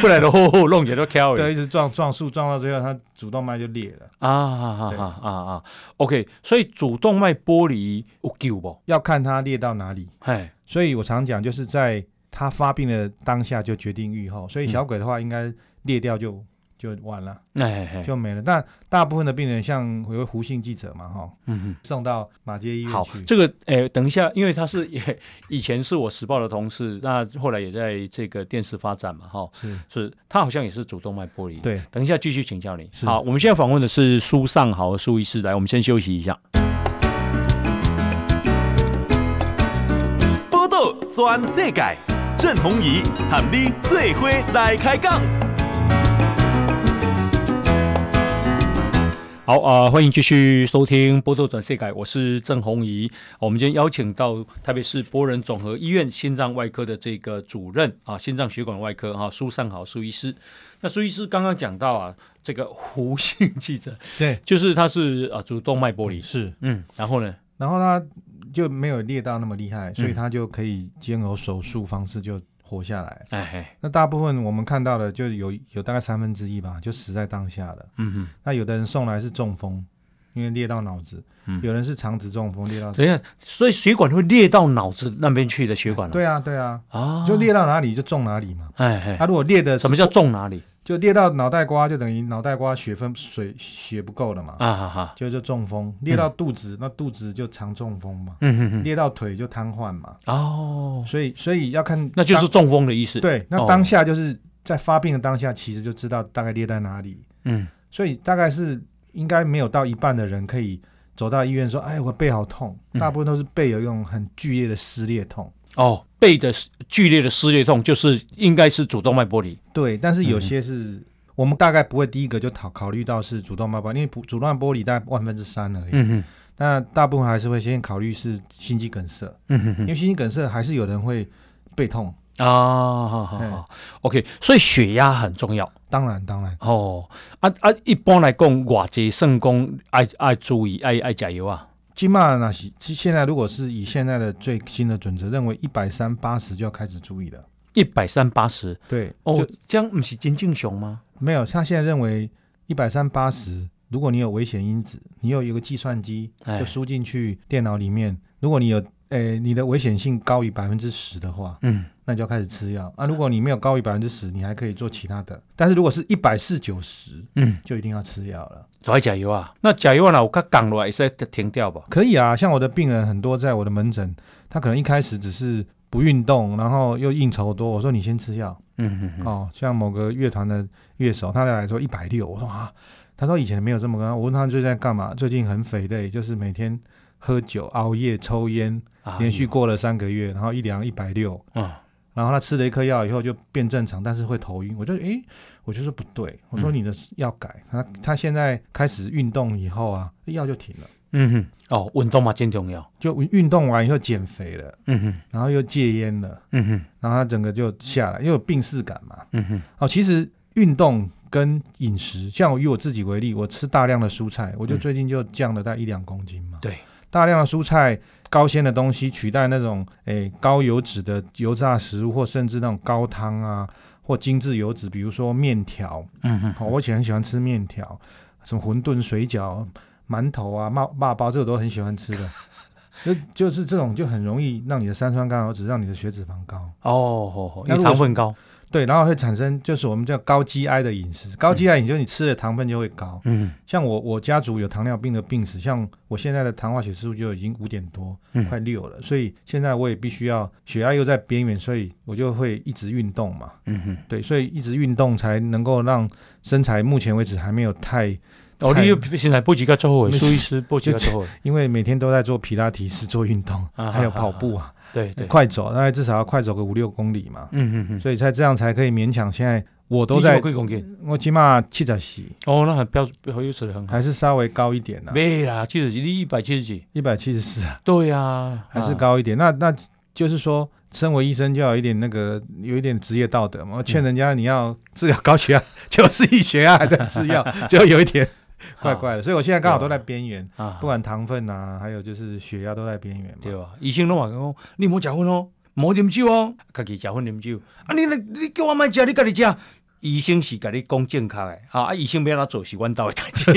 Speaker 2: 不然的吼吼弄起来都翘
Speaker 3: 对，
Speaker 2: 了
Speaker 3: 一直撞撞树，撞到最后他主动脉就裂了。
Speaker 2: 啊啊啊啊啊！OK，所以主动脉剥离有救不？
Speaker 3: 要看它裂到哪里。
Speaker 2: 哎，
Speaker 3: 所以我常讲，就是
Speaker 2: 嗯
Speaker 3: 在它发病的当下就决定预后。所以小鬼的话，应该裂掉就、就完了，
Speaker 2: 哎哎，
Speaker 3: 就没了。但大部分的病人像有个胡姓记者嘛，哈，
Speaker 2: 嗯
Speaker 3: 送到马街医
Speaker 2: 嗯，
Speaker 3: 院
Speaker 2: 好
Speaker 3: 去，。
Speaker 2: 这个哎，等一下，因为他是也以前是我时报的同事，那后来也在这个电视发展嘛，哈，
Speaker 3: 是，
Speaker 2: 是他好像也是主动脉剥离。，
Speaker 3: 对，
Speaker 2: 等一下继续请教你。
Speaker 3: 是
Speaker 2: 好，我们现在访问的是苏尚豪苏医师，来，我们先休息一下。
Speaker 1: 报道全世界，郑鸿仪喊你最伙来开讲。
Speaker 2: 好啊、呃欢迎继续收听《波多转世改》，我是郑红怡。我们今天邀请到台北市波仁总和医院心脏外科的这个主任啊，心脏血管外科哈、苏尚豪苏医师。那苏医师刚刚讲到啊，这个胡姓记者
Speaker 3: 对，
Speaker 2: 就是他是啊主动脉剥离，
Speaker 3: 是。
Speaker 2: 嗯，然后呢，
Speaker 3: 然后他就没有裂到那么厉害，所以
Speaker 2: 嗯
Speaker 3: 他就可以经由手术方式就活下来。
Speaker 2: 哎哎，
Speaker 3: 那大部分我们看到的就有有大概三分之一吧，就死在当下的。
Speaker 2: 嗯
Speaker 3: 那有的人送来是中风，因为裂到脑子；
Speaker 2: 嗯
Speaker 3: 有人是肠子中风，裂到
Speaker 2: 哼，等一下，所以血管会裂到脑子那边去的血管了、
Speaker 3: 对啊对啊，
Speaker 2: 啊，
Speaker 3: 就裂到哪里就中哪里嘛。
Speaker 2: 哎哎，
Speaker 3: 他、如果裂的
Speaker 2: 什么叫中哪里
Speaker 3: 就裂到脑袋瓜，就等于脑袋瓜血分水血不够了嘛，
Speaker 2: 啊？哈哈，
Speaker 3: 就就中风。裂到肚子，那肚子就肠中风嘛。
Speaker 2: 嗯哼哼，
Speaker 3: 裂到腿就瘫痪嘛。
Speaker 2: 哦，
Speaker 3: 所以所以要看，
Speaker 2: 那就是中风的意思，，
Speaker 3: 对，那
Speaker 2: 哦
Speaker 3: 当下就是在发病的当下，其实就知道大概裂在哪里，
Speaker 2: 嗯。
Speaker 3: 所以大概是应该没有到一半的人可以走到医院说：“哎，我背好痛。”
Speaker 2: 嗯
Speaker 3: 大部分都是背有一种很剧烈的撕裂痛。
Speaker 2: 哦，背的撕剧烈的撕裂痛，就是应该是主动脉剥离。
Speaker 3: 对，但是有
Speaker 2: 嗯
Speaker 3: 些是、我们大概不会第一个就考考虑到是主动脉剥离，因为不主动脉剥离大概万分之三而已。
Speaker 2: 嗯哼，
Speaker 3: 那大部分还是会先考虑是心肌梗塞，
Speaker 2: 嗯哼
Speaker 3: 因
Speaker 2: 哼，
Speaker 3: 为心肌梗塞还是有人会背痛。
Speaker 2: 啊，好好好，OK，所以血压很重要
Speaker 3: 当然，当然，
Speaker 2: 哦。啊啊，一般来讲，偌济肾功爱爱注意，爱爱加油啊。
Speaker 3: 金马那是现在如果是以现在的最新的准则，认为一百三八十就要开始注意了。
Speaker 2: 一百三八十
Speaker 3: 对，
Speaker 2: 哦
Speaker 3: 哦，，
Speaker 2: 这样不是真正常吗？
Speaker 3: 没有，他现在认为一百三八十，如果你有危险因子，你有一个计算机
Speaker 2: 哎
Speaker 3: 就输进去电脑里面，如果你有诶你的危险性高于百分之十的话，
Speaker 2: 嗯，
Speaker 3: 那你就要开始吃药。啊，如果你没有高于百分之十，你还可以做其他的。但是如果是一百四九十，
Speaker 2: 嗯，
Speaker 3: 就一定要吃药了。
Speaker 2: 都爱加油啊。那加油啦，我较降落来会停掉吧。
Speaker 3: 可以啊，像我的病人很多，在我的门诊，他可能一开始只是不运动，然后又应酬多。我说你先吃药、
Speaker 2: 嗯哼哼，
Speaker 3: 哦，像某个乐团的乐手，他来说一百六，我说啊，他说以前没有这么高。我问他最近在干嘛，最近很肥累，就是每天喝酒、熬夜、抽烟，
Speaker 2: 啊
Speaker 3: 连续过了三个月，然后一量一百六。
Speaker 2: 啊，
Speaker 3: 然后他吃了一颗药以后就变正常，但是会头晕。我就诶，我就说不对，我说
Speaker 2: 嗯
Speaker 3: 你的药改。他他现在开始运动以后啊，药就停了，
Speaker 2: 嗯哼，哦，运动嘛真重要。
Speaker 3: 就运动完以后减肥了。
Speaker 2: 嗯哼，
Speaker 3: 然后又戒烟了，
Speaker 2: 嗯哼，
Speaker 3: 然后他整个就下来，又有病逝感嘛。
Speaker 2: 嗯哼，
Speaker 3: 哦，其实运动跟饮食，像我以我自己为例，我吃大量的蔬菜，我就
Speaker 2: 嗯
Speaker 3: 最近就降了大概一两公斤嘛。
Speaker 2: 对，
Speaker 3: 大量的蔬菜、高纤的东西取代那种诶高油脂的油炸食物，或甚至那种高汤啊，或精致油脂，比如说面条。哦
Speaker 2: 嗯哼，
Speaker 3: 好、我以前很喜欢吃面条，什么馄饨、水饺、馒头啊、骂骂包，这个都很喜欢吃的。 <laughs> 就就是这种，就很容易让你的三酸甘油酯，让你的血脂肪高。
Speaker 2: 哦，好好，因
Speaker 3: 那
Speaker 2: 为
Speaker 3: 如果
Speaker 2: 糖分高。
Speaker 3: 对，然后会产生就是我们叫高 GI 的饮食，高 GI 饮食就是你吃的糖分就会高。
Speaker 2: 嗯
Speaker 3: 像我我家族有糖尿病的病史，像我现在的糖化血指数就已经五点多，
Speaker 2: 嗯
Speaker 3: 快六了，所以现在我也必须要血压又在边缘，所以我就会一直运动嘛。
Speaker 2: 嗯哼。
Speaker 3: 对，所以一直运动才能够让身材目前为止还没有太，
Speaker 2: 哦，
Speaker 3: 太
Speaker 2: 你又现在波及个做伙，
Speaker 3: 没
Speaker 2: 苏医师波及个做伙，
Speaker 3: 因为每天都在做皮拉提斯、做运动，
Speaker 2: 啊
Speaker 3: 还有跑步啊，
Speaker 2: 对对，
Speaker 3: 快走，大概至少要快走个五六公里嘛，
Speaker 2: 嗯嗯嗯，
Speaker 3: 所以才这样才可以勉强现在。我都
Speaker 2: 你现
Speaker 3: 在，
Speaker 2: 几公斤？
Speaker 3: 我起码七十几，
Speaker 2: 哦，那很标标又吃的很好，
Speaker 3: 还是稍微高一点呢、1
Speaker 2: 没啦，七十几，你一百七十几，
Speaker 3: 一百七十四啊，
Speaker 2: 对呀，
Speaker 3: 还是
Speaker 2: 啊，
Speaker 3: 高一点。那那就是说，身为医生就要有一点那个，有一点职业道
Speaker 2: 嗯
Speaker 3: 德嘛。我劝人家你要治疗高血压， <laughs> 就是一血
Speaker 2: <laughs>
Speaker 3: 压还在吃药，就有一点怪怪的。所以我现在刚好都在边缘，
Speaker 2: 啊
Speaker 3: 不，管糖分啊，还有就是血压都在边缘嘛。
Speaker 2: 对啊，医生拢话讲，你莫食薰哦，莫啉酒哦，家己食薰啉酒，啊你你你叫我莫食，你家己食，
Speaker 4: 医生是甲你讲正确的啊，啊，医生要安怎做是阮兜的代志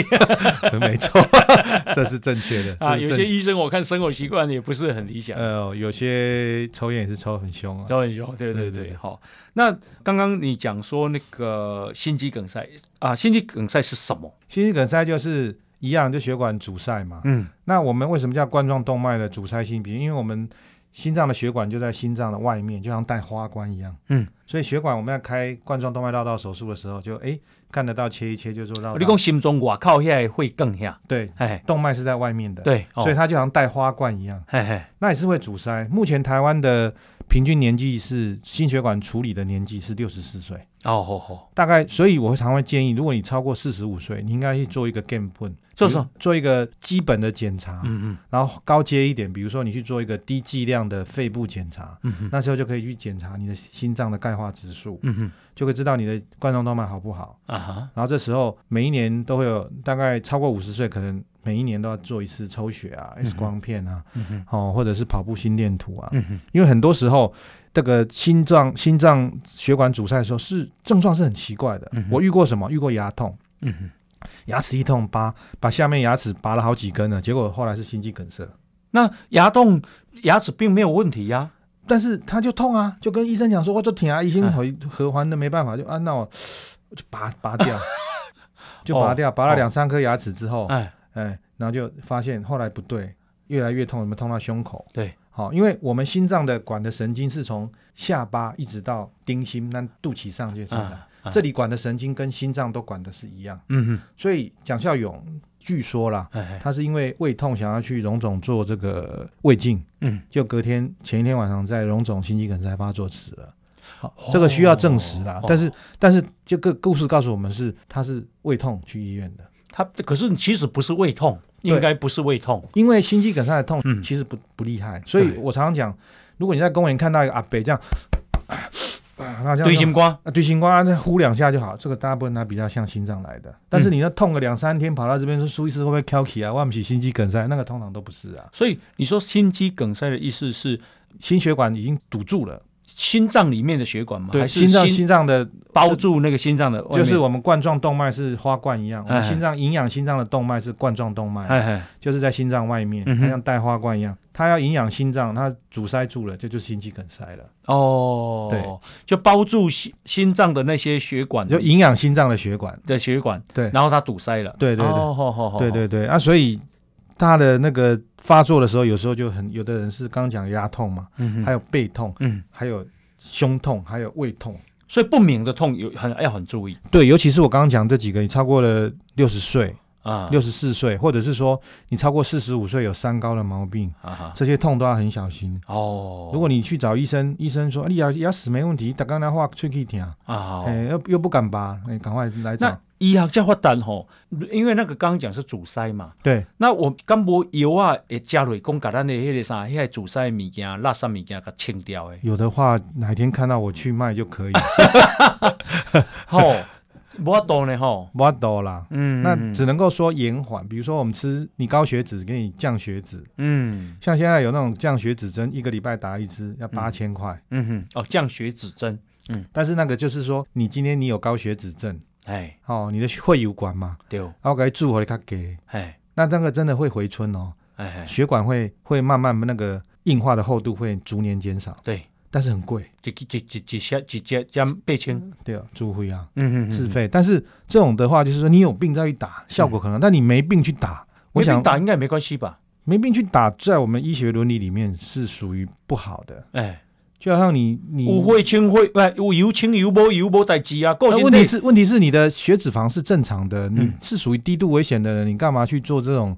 Speaker 3: 没错， <laughs> 这是正确的
Speaker 2: 啊，
Speaker 3: 这
Speaker 2: 有
Speaker 3: 是
Speaker 2: 些
Speaker 3: 正
Speaker 2: 医生我看生活习惯也不是很理想，
Speaker 3: 呃，有些抽烟也是抽很凶啊。
Speaker 2: 交很凶，对对
Speaker 3: 对对
Speaker 2: 对，
Speaker 3: 对
Speaker 2: 好。那刚刚你讲说那个心肌梗塞啊，心肌梗塞是什么？
Speaker 3: 心肌梗塞就是一样，就血管阻塞嘛。
Speaker 4: 嗯
Speaker 3: 那我们为什么叫冠状动脉的阻塞性鼻炎？因为我们心脏的血管就在心脏的外面，就像戴花冠一样。
Speaker 4: 嗯，
Speaker 3: 所以血管我们要开冠状动脉绕道手术的时候，就哎看得到切一切就做绕道。
Speaker 2: 哦你讲心中外靠遐会更遐，
Speaker 3: 对，
Speaker 2: 哎，
Speaker 3: 动脉是在外面的，，
Speaker 2: 对，哦
Speaker 3: 所以它就好像戴花冠一样，
Speaker 2: 嘿嘿，
Speaker 3: 那也是会阻塞。目前台湾的平均年纪是心血管处理的年纪是六十四岁。
Speaker 2: 哦吼吼，
Speaker 3: 大概，所以我会常会建议，如果你超过四十五岁，你应该去做一个 game p
Speaker 2: 做什么？
Speaker 3: 做一个基本的检查，
Speaker 2: 嗯
Speaker 3: 然后高阶一点，比如说你去做一个低剂量的肺部检查，
Speaker 2: 嗯嗯
Speaker 3: 那时候就可以去检查你的心脏的钙化指数，
Speaker 2: 嗯嗯
Speaker 3: 就可以知道你的冠状动脉好不好。
Speaker 2: 啊哈，
Speaker 3: 然后这时候每一年都会有大概超过五十岁，可能每一年都要做一次抽血啊、X 光片啊，
Speaker 2: 嗯哼
Speaker 3: 哦，或者是跑步心电图啊，
Speaker 2: 嗯哼，
Speaker 3: 因为很多时候这个心脏心脏血管阻塞的时候是症状是很奇怪的。
Speaker 2: 嗯哼
Speaker 3: 我遇过什么？遇过牙痛，
Speaker 2: 嗯哼，
Speaker 3: 牙齿一痛拔，把下面牙齿拔了好几根了，结果后来是心肌梗塞。
Speaker 2: 那牙痛牙齿并没有问题呀，
Speaker 3: 但是他就痛啊，就跟医生讲说，我就挺啊，已
Speaker 2: 哎
Speaker 3: 经回合环的没办法，就啊，那我我就拔拔
Speaker 2: <laughs>
Speaker 3: 掉，就拔掉，拔了两三颗牙齿之后，
Speaker 2: 哎，
Speaker 3: 哎，然后就发现后来不对，越来越痛，有没有痛到胸口？
Speaker 2: 对，
Speaker 3: 好、因为我们心脏的管的神经是从下巴一直到丁心，那肚脐上界上来，
Speaker 2: 啊，啊
Speaker 3: 这，里管的神经跟心脏都管的是一样，
Speaker 2: 嗯
Speaker 3: 所以蒋孝勇据说啦，
Speaker 2: 哼，哎，
Speaker 3: 他是因为胃痛想要去荣总做这个胃镜，
Speaker 2: 嗯，
Speaker 3: 就隔天前一天晚上在荣总心肌梗塞发作死了。
Speaker 2: 哦
Speaker 3: 这个需要证实啦，
Speaker 2: 哦
Speaker 3: 但是但是这个故事告诉我们是他是胃痛去医院的，
Speaker 2: 他可是其实不是胃痛，应该不是胃痛，
Speaker 3: 因为心肌梗塞的痛
Speaker 2: 嗯
Speaker 3: 其实不、不厉害，所以
Speaker 2: 对
Speaker 3: 我常常讲，如果你在公园看到一个阿伯这样，啊，那这样
Speaker 2: 对心瓜，
Speaker 3: 啊对心瓜那呼两下就好，这个大部分它比较像心脏来的，但
Speaker 2: 嗯
Speaker 3: 是你要痛个两三天跑到这边说苏医师会不会挑起啊，万不起心肌梗塞，那个通常都不是啊，
Speaker 2: 所以你说心肌梗塞的意思是
Speaker 3: 心血管已经堵住了。
Speaker 2: 心脏里面的血管吗？还
Speaker 3: 对，
Speaker 2: 是
Speaker 3: 心脏
Speaker 2: 心
Speaker 3: 心脏的
Speaker 2: 包住那个心脏的外面？
Speaker 3: 就是我们冠状动脉是花冠一样，我们
Speaker 2: 哎
Speaker 3: 心脏营养心脏的动脉是冠状动脉，
Speaker 2: 哎哎，
Speaker 3: 就是在心脏外面，
Speaker 2: 嗯哼
Speaker 3: 它像带花冠一样，它要营养心脏，它阻塞住了，这就是心肌梗塞了，
Speaker 2: 哦，
Speaker 3: 对，
Speaker 2: 就包住心心脏的那些血管，
Speaker 3: 就营养心脏的血管。
Speaker 2: 的血管，
Speaker 3: 嗯对
Speaker 2: 然后它堵塞了，
Speaker 3: 对对对
Speaker 2: 哦，好好好，
Speaker 3: 对对对啊，所以它的那个发作的时候，有时候就很，有的人是刚刚讲牙痛嘛，
Speaker 2: 嗯哼，
Speaker 3: 还有背痛，
Speaker 2: 嗯，
Speaker 3: 还有胸痛，还有胃痛。
Speaker 2: 所以不明的痛有很要很注意
Speaker 3: 对，尤其是我刚刚讲这几个，你超过了六十岁、
Speaker 2: 啊，
Speaker 3: 六十四岁，或者是说你超过四十五岁有三高的毛病，
Speaker 2: 啊哈，
Speaker 3: 这些痛都要很小心。
Speaker 2: 哦，
Speaker 3: 如果你去找医生，医生说啊你牙牙齿没问题，打刚才话吹气听，
Speaker 2: 啊好，
Speaker 3: 哎，又又不敢拔，哎，赶快
Speaker 2: 那
Speaker 3: 来找。
Speaker 2: 医学在发展吼，因为那个刚刚讲是阻塞嘛，
Speaker 3: 对，
Speaker 2: 那我敢无药啊，会加落讲把咱的迄个啥，迄个阻塞的物件、垃圾物件给清掉的
Speaker 3: <laughs> 有的话，哪天看到我去卖就可以，
Speaker 2: 吼，无法度呢吼，
Speaker 3: 不多啦。
Speaker 2: <laughs> 嗯，
Speaker 3: 那
Speaker 2: 嗯
Speaker 3: 只能够说延缓，比如说我们吃你高血脂给你降血脂，
Speaker 2: 嗯
Speaker 3: 像现在有那种降血脂针，一个礼拜打一支要八千块，
Speaker 2: 嗯哼，哦，降血脂针，
Speaker 3: 但是那个就是说你今天你有高血脂症，
Speaker 2: 哎，
Speaker 3: 哦，你的血有管嘛，
Speaker 2: 对，哦
Speaker 3: 然后给它注回它给，
Speaker 2: 哎
Speaker 3: 那那个真的会回春哦，
Speaker 2: 哎哎，
Speaker 3: 血管会会慢慢那个硬化的厚度会逐年减少，
Speaker 2: 对，
Speaker 3: 但是很贵，
Speaker 2: 一一一一下一节将八千，
Speaker 3: 对啊，注会啊，
Speaker 2: 嗯嗯，
Speaker 3: 自费。但是这种的话，就是说你有病再去打，效果可能，但你没病去打，我
Speaker 2: 我
Speaker 3: 想
Speaker 2: 想打应该嗯没关系吧？
Speaker 3: 没病去打，在我们医学伦理里面是属于不好的。
Speaker 2: 哎，
Speaker 3: 就好像你你，
Speaker 2: 有血清血，哎，有油清油无油无代志啊，个
Speaker 3: 那
Speaker 2: 性
Speaker 3: 呃问题是问题是你的血脂肪是正常的，你
Speaker 2: 嗯
Speaker 3: 是属于低度危险的人，你干嘛去做这种？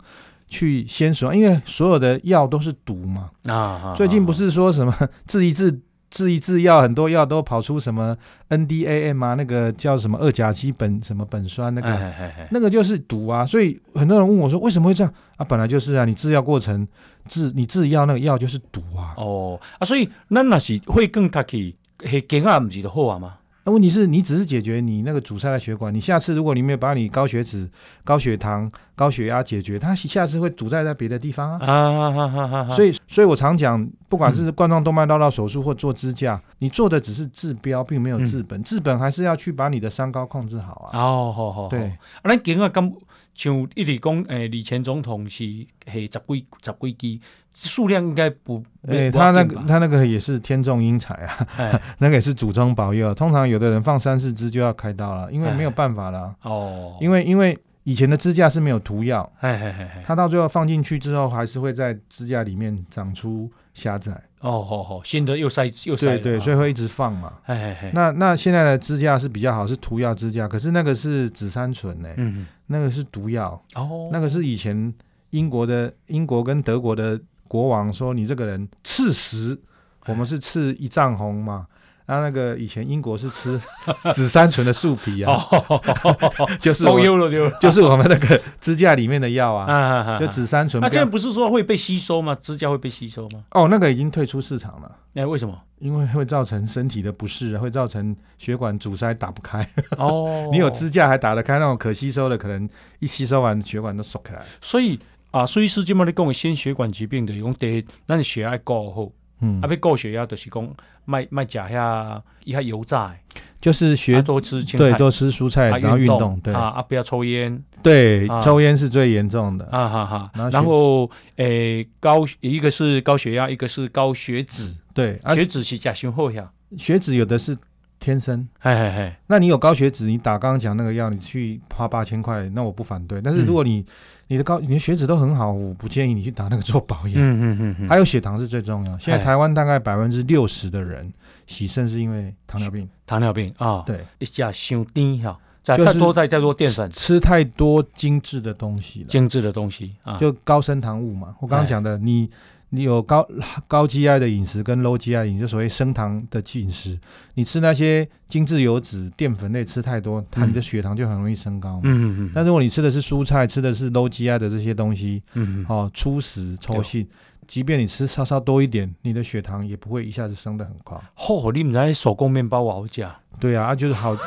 Speaker 3: 去先说，因为所有的药都是毒嘛。
Speaker 2: 啊，
Speaker 3: 最近不是说什么治一治治一治药，很多药都跑出什么 NDAM 啊，那个叫什么二甲基苯什么苯酸那
Speaker 2: 那
Speaker 3: 个，
Speaker 2: 个，
Speaker 3: 那个就是毒啊，所以很多人问我说为什么会这样啊？本来就是啊，你制药过程制你制药那个药就是毒啊。
Speaker 2: 哦啊，所以咱若是会更客气，迄囡仔毋是就好啊嘛？
Speaker 3: 那、问题是你只是解决你那个阻塞的血管，你下次如果你没有把你高血脂、高血糖、高血压解决，它下次会阻塞在别的地方啊。
Speaker 2: 啊哈哈哈哈！
Speaker 3: 所
Speaker 2: 以
Speaker 3: 以，所以我常讲，不管是冠状动脉绕道手术或做支
Speaker 2: 嗯
Speaker 3: 架，你做的只是治标，并没有治本。治本还是要去把你的三高控制好啊。
Speaker 2: 哦，好好
Speaker 3: 对
Speaker 2: 好，啊，咱今仔敢像一直讲，诶、李前总统是系十几十几支，数量应该不，没
Speaker 3: 对，哎他
Speaker 2: 不
Speaker 3: 那个
Speaker 2: 要紧吧
Speaker 3: 他那个也是天纵英才啊， <laughs>
Speaker 2: 哎，
Speaker 3: 那个也是祖宗保佑。通常有的人放三四支就要开刀了，因为没有办法了啊，
Speaker 2: 哦，
Speaker 3: 因为因为以前的支架是没有涂药，
Speaker 2: 哎，嘿嘿嘿，
Speaker 3: 它到最后放进去之后，还是会在支架里面长出狭窄。
Speaker 2: 哦，好好，新的又塞又塞
Speaker 3: 对
Speaker 2: 了
Speaker 3: 对，
Speaker 2: 啊
Speaker 3: 所以会一直放嘛。
Speaker 2: 哎哎哎，
Speaker 3: 那那现在的支架是比较好，是涂药支架，可是那个是紫杉醇欸呢、
Speaker 2: 嗯，
Speaker 3: 那个是毒药。
Speaker 2: 哦，
Speaker 3: 那个是以前英国的英国跟德国的国王说你这个人刺食，
Speaker 2: 哎
Speaker 3: 我们是刺一丈红嘛。啊那那个以前英国是吃 <laughs> 紫杉醇的树皮啊，
Speaker 2: 哦，
Speaker 3: <laughs> 就是我
Speaker 2: 漏丢了丢了，
Speaker 3: 就是我们那个支架里面的药
Speaker 2: 啊
Speaker 3: 啊，
Speaker 2: 哈哈，
Speaker 3: 就紫杉醇
Speaker 2: 那
Speaker 3: 不
Speaker 2: 现在
Speaker 3: 要。
Speaker 2: 不是说会被吸收吗？支架会被吸收吗？
Speaker 3: 哦，那个已经退出市场了，
Speaker 2: 哎、为什么？
Speaker 3: 因为会造成身体的不适啊，会造成血管阻塞打不开。，
Speaker 2: 哦
Speaker 3: <laughs> 你有支架还打得开，那种可吸收的，可能一吸收完血管都缩起来。
Speaker 2: 所以啊，苏医师今麦咧讲的心血管疾病的，讲第一，咱的血压高好，
Speaker 3: 嗯
Speaker 2: 啊，，要高血压就是讲卖卖食遐一下油炸的，
Speaker 3: 就是
Speaker 2: 啊
Speaker 3: 血
Speaker 2: 多吃青菜，
Speaker 3: 对多吃蔬菜，
Speaker 2: 啊
Speaker 3: 然后运动，对
Speaker 2: 啊啊不要抽烟
Speaker 3: 对
Speaker 2: 啊，
Speaker 3: 抽烟是最严重的。
Speaker 2: 啊哈哈
Speaker 3: 然后，血
Speaker 2: 然后诶、高一个是高血压，一个是高血脂，
Speaker 3: 对，而、啊、
Speaker 2: 血脂是甲胸后呀，
Speaker 3: 血脂有的是天生。
Speaker 2: 嘿嘿嘿，
Speaker 3: 那你有高血脂，你打刚刚讲那个药，你去花八千块，那我不反对。但是如果
Speaker 2: 嗯
Speaker 3: 你、你的高你的血脂都很好，我不建议你去打那个做保养。
Speaker 2: 嗯嗯嗯嗯，
Speaker 3: 还有血糖是最重要。现在
Speaker 2: 哎
Speaker 3: 台湾大概百分之六十的人洗肾是因为糖尿病，
Speaker 2: 糖尿病啊，
Speaker 3: 对，
Speaker 2: 一甲胸低哈，再
Speaker 3: 就是
Speaker 2: 再多再再多淀粉、
Speaker 3: 吃太多精致的东西了，
Speaker 2: 精致的东西啊，哎
Speaker 3: 就高升糖物嘛。我刚刚讲的，你你有高高 GI 的饮食跟 low GI 饮食，就所谓升糖的饮食，你吃那些精致油脂、淀粉类吃太多，它
Speaker 2: 嗯
Speaker 3: 你的血糖就很容易升高嘛。
Speaker 2: 嗯嗯嗯，
Speaker 3: 但如果你吃的是蔬菜，吃的是 low GI 的这些东西，
Speaker 2: 嗯嗯嗯
Speaker 3: 哦，粗食、
Speaker 2: 对
Speaker 3: 抽性，即便你吃稍稍多一点，你的血糖也不会一下子升得很高。
Speaker 2: 吼、你唔知手工面包我好食，
Speaker 3: 对啊，啊就是好 <laughs>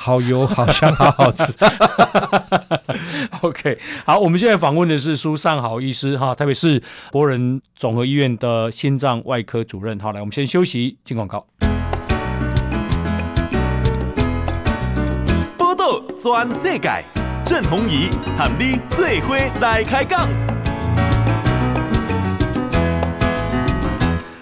Speaker 3: 好油、好香、好好
Speaker 2: <laughs>
Speaker 3: 吃。
Speaker 2: OK，好，我们现在访问的是苏尚豪医师哈，特别是博仁总合医院的心脏外科主任。好，来，我们先休息，进广告。
Speaker 1: 报道全世界，郑鸿仪喊你最伙来开讲。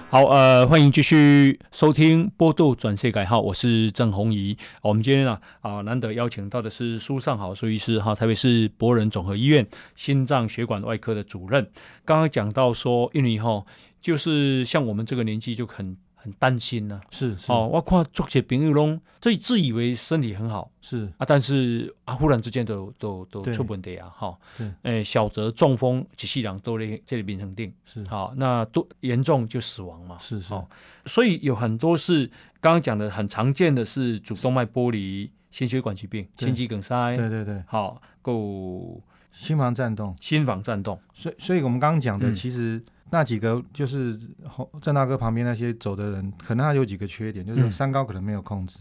Speaker 2: 好，呃，欢迎继续收听《波度转世改号》，我是郑红怡。我们今天啊啊，难得邀请到的是苏尚豪苏医师哈，特别是博仁总合医院心脏血管外科的主任。刚刚讲到说，因为哈，就是像我们这个年纪就很很担心呐、
Speaker 3: 是是、
Speaker 2: 哦，我看做些朋友拢最自以为身体很好。
Speaker 3: 是，
Speaker 2: 啊，但是啊，忽然之间都都都
Speaker 3: 对
Speaker 2: 出问题啊，哈
Speaker 3: 对，
Speaker 2: 诶，小则中风，一世人都咧这里变成定，
Speaker 3: 是
Speaker 2: 好，那多严重就死亡嘛，
Speaker 3: 是是
Speaker 2: 哦所以有很多是刚刚讲的很常见的是主动脉剥离、心血管疾病、
Speaker 3: 对
Speaker 2: 心肌梗塞，
Speaker 3: 对对对，
Speaker 2: 好，够
Speaker 3: 心房颤动。
Speaker 2: 心房颤动，
Speaker 3: 所以所以我们刚刚讲的，
Speaker 2: 嗯
Speaker 3: 其实那几个就是后郑大哥旁边那些走的人，可能他有几个缺点，就是
Speaker 2: 嗯
Speaker 3: 三高可能没有控制。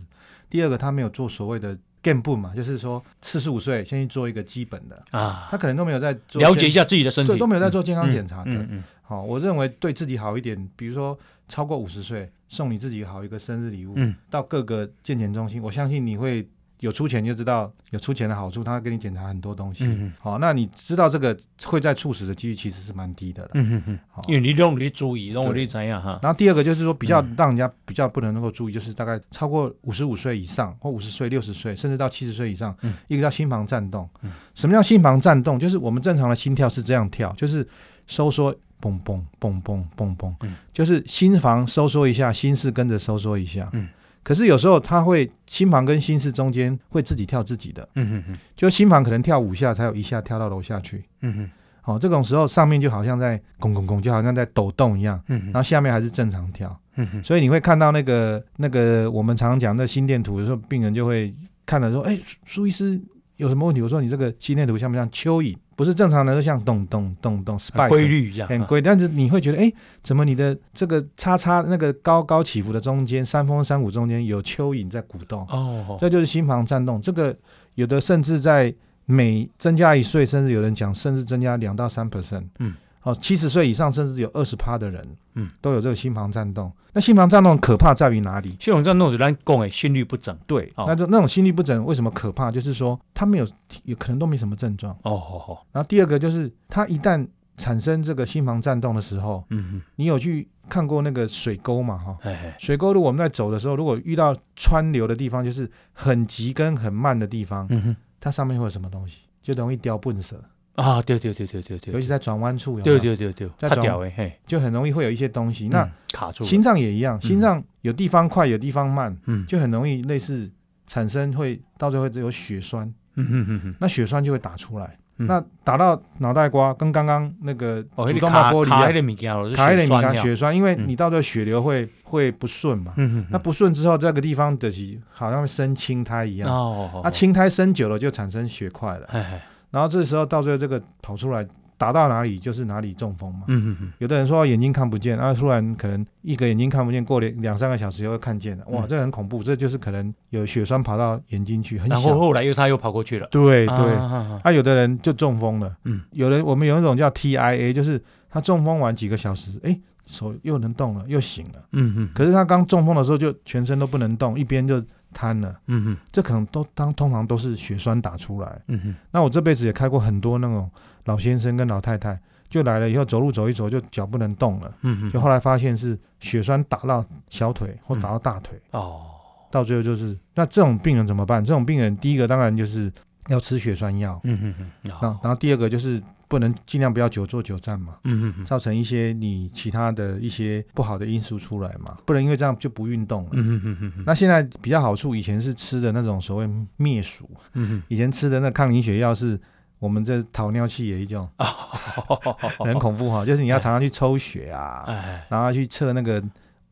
Speaker 3: 第二个，他没有做所谓的 game 步嘛，就是说四十五岁先去做一个基本的，
Speaker 2: 啊，
Speaker 3: 他可能都没有在做
Speaker 2: 了解一
Speaker 3: 健，
Speaker 2: 下自己的身体
Speaker 3: 对，都没有在做健康检查的。
Speaker 2: 嗯嗯
Speaker 3: 好、我认为对自己好一点，比如说超过五十岁，送你自己好一个生日礼物，
Speaker 2: 嗯
Speaker 3: 到各个健检中心，我相信你会有出钱就知道有出钱的好处，他会给你检查很多东西。
Speaker 2: 嗯
Speaker 3: 好、那你知道这个会在猝死的几率其实是蛮低的了。
Speaker 2: 嗯嗯嗯，
Speaker 3: 好、
Speaker 2: 因为你让你注意，让我
Speaker 3: 对
Speaker 2: 你怎样哈，
Speaker 3: 然后第二个就是说，比较
Speaker 2: 嗯
Speaker 3: 让人家比较不能能够注意，就是大概超过五十五岁以上，或五十岁、六十岁，甚至到七十岁以上
Speaker 2: 嗯，
Speaker 3: 一个叫心房颤动
Speaker 2: 嗯。
Speaker 3: 什么叫心房颤动？就是我们正常的心跳是这样跳，就是收缩，嘣嘣嘣嘣嘣嘣
Speaker 2: 嗯，
Speaker 3: 就是心房收缩一下，心室跟着收缩一下
Speaker 2: 嗯。
Speaker 3: 可是有时候它会心房跟心室中间会自己跳自己的，
Speaker 2: 嗯嗯嗯
Speaker 3: 就心房可能跳五下才有一下跳到楼下去。
Speaker 2: 嗯
Speaker 3: 哦，这种时候上面就好像在拱拱拱，就好像在抖动一样，
Speaker 2: 嗯
Speaker 3: 然后下面还是正常跳。
Speaker 2: 嗯嗯，
Speaker 3: 所以你会看到那个那个我们常讲的心电图的时候，病人就会看了说：“哎，苏苏医师有什么问题？”我说：“你这个心电图像不像蚯蚓？不是正常人都像咚咚咚咚 spike
Speaker 2: 规律一样，
Speaker 3: 很
Speaker 2: 啊
Speaker 3: 规律，但是你会觉得，哎，怎么你的这个叉叉那个高高起伏的中间，山峰山谷中间有蚯蚓在鼓动？
Speaker 2: 哦，
Speaker 3: 这就是心房颤动。这个有的甚至在每增加一岁，甚至有人讲，甚至增加两到三 percent。
Speaker 2: 嗯，
Speaker 3: 哦，七十岁以上甚至有二十趴的人，
Speaker 2: 嗯，
Speaker 3: 都有这个心房颤动。那心房颤动可怕在于哪里？
Speaker 5: 血统症那种咱讲的心律不整。
Speaker 3: 对，
Speaker 5: 哦
Speaker 3: 那就那种心律不整为什么可怕？就是说他没有，有可能都没什么症状。
Speaker 5: 哦哦哦，
Speaker 3: 然后第二个就是他一旦产生这个心房颤动的时候，
Speaker 2: 嗯
Speaker 3: 你有去看过那个水沟嘛？哈、
Speaker 2: 哼，哎，
Speaker 3: 水沟路我们在走的时候，如果遇到川流的地方，就是很急跟很慢的地方，
Speaker 2: 嗯哼，
Speaker 3: 它上面会有什么东西，就容易掉笨舌，
Speaker 2: 啊，对对对对对
Speaker 3: 尤
Speaker 2: 对，
Speaker 3: 其在转弯处有没有
Speaker 2: 对对对对，
Speaker 3: 在
Speaker 2: 他
Speaker 3: 转
Speaker 2: 屌诶，嘿，
Speaker 3: 就很容易会有一些东西。那
Speaker 2: 嗯卡住了，
Speaker 3: 心脏也一样，心脏有地方快，有地方慢，
Speaker 2: 嗯
Speaker 3: 就很容易类似产生会到最后会有血栓，
Speaker 2: 嗯哼哼哼，
Speaker 3: 那血栓就会打出来，
Speaker 2: 嗯
Speaker 3: 那打到脑袋瓜，跟刚刚那个
Speaker 2: 哦，
Speaker 3: 主
Speaker 2: 迄个
Speaker 3: 动脉
Speaker 2: 卡
Speaker 3: 剥离
Speaker 2: 卡迄
Speaker 3: 啊
Speaker 2: 个物件咯，就
Speaker 3: 卡一
Speaker 2: 血
Speaker 3: 点
Speaker 2: 栓
Speaker 3: 敏
Speaker 2: 了，
Speaker 3: 血栓，因为
Speaker 2: 嗯
Speaker 3: 你到最后血流会会不顺嘛。
Speaker 2: 嗯
Speaker 3: 那
Speaker 2: 哼
Speaker 3: 不顺之后，这个地方的是好像会生青苔一
Speaker 2: 哼，
Speaker 3: 样。
Speaker 2: 哦哦，
Speaker 3: 那青苔生久了就产生血块了，
Speaker 2: 哎哎，
Speaker 3: 然后这时候到最后这个跑出来打到哪里就是哪里中风嘛。
Speaker 2: 嗯哼哼，
Speaker 3: 有的人说眼睛看不见，然后啊突然可能一个眼睛看不见，过两两三个小时又会看见了，哇，
Speaker 2: 嗯
Speaker 3: 这很恐怖，这就是可能有血栓跑到眼睛去，很
Speaker 2: 然后
Speaker 3: 小。
Speaker 2: 后来又他又跑过去了，
Speaker 3: 对对，
Speaker 2: 啊啊啊
Speaker 3: 啊，有的人就中风了，
Speaker 2: 嗯，
Speaker 3: 有人我们有一种叫 TIA，就是他中风完几个小时，哎，手又能动了，又醒了，
Speaker 2: 嗯哼，
Speaker 3: 可是他刚中风的时候就全身都不能动，一边就瘫了。
Speaker 2: 嗯哼，
Speaker 3: 这可能都当通常都是血栓打出来。
Speaker 2: 嗯哼，
Speaker 3: 那我这辈子也开过很多那种老先生跟老太太，就来了以后走路走一走就脚不能动了，
Speaker 2: 嗯哼，
Speaker 3: 就后来发现是血栓打到小腿或打到大腿，
Speaker 2: 哦，
Speaker 3: 到最后就是那这种病人怎么办？这种病人第一个当然就是要吃血栓药，
Speaker 2: 嗯哼哼，
Speaker 3: 那、
Speaker 2: 好，
Speaker 3: 然后第二个就是不能尽量不要久坐久站嘛。
Speaker 2: 嗯哼哼，
Speaker 3: 造成一些你其他的一些不好的因素出来嘛，不能因为这样就不运动了。
Speaker 2: 嗯哼哼哼哼，
Speaker 3: 那现在比较好处，以前是吃的那种所谓灭鼠，
Speaker 2: 嗯
Speaker 3: 以前吃的那抗凝血药是我们这糖尿气也一种，
Speaker 2: 哦哼，
Speaker 3: 很恐怖哈、就是你要常常去抽血啊，
Speaker 2: 哎
Speaker 3: 然后去测那个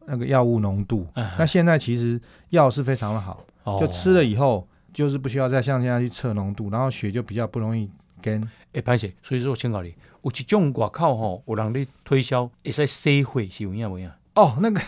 Speaker 3: 那个药物浓度。
Speaker 2: 哎，哦
Speaker 3: 那现在其实药是非常的好，就吃了以后就是不需要再像现在去测浓度，然后血就比较不容易跟。
Speaker 2: 会歹势，所以说我请教你，有一种外口吼，有人咧推销，会使洗血是有影无影？
Speaker 3: 哦，那个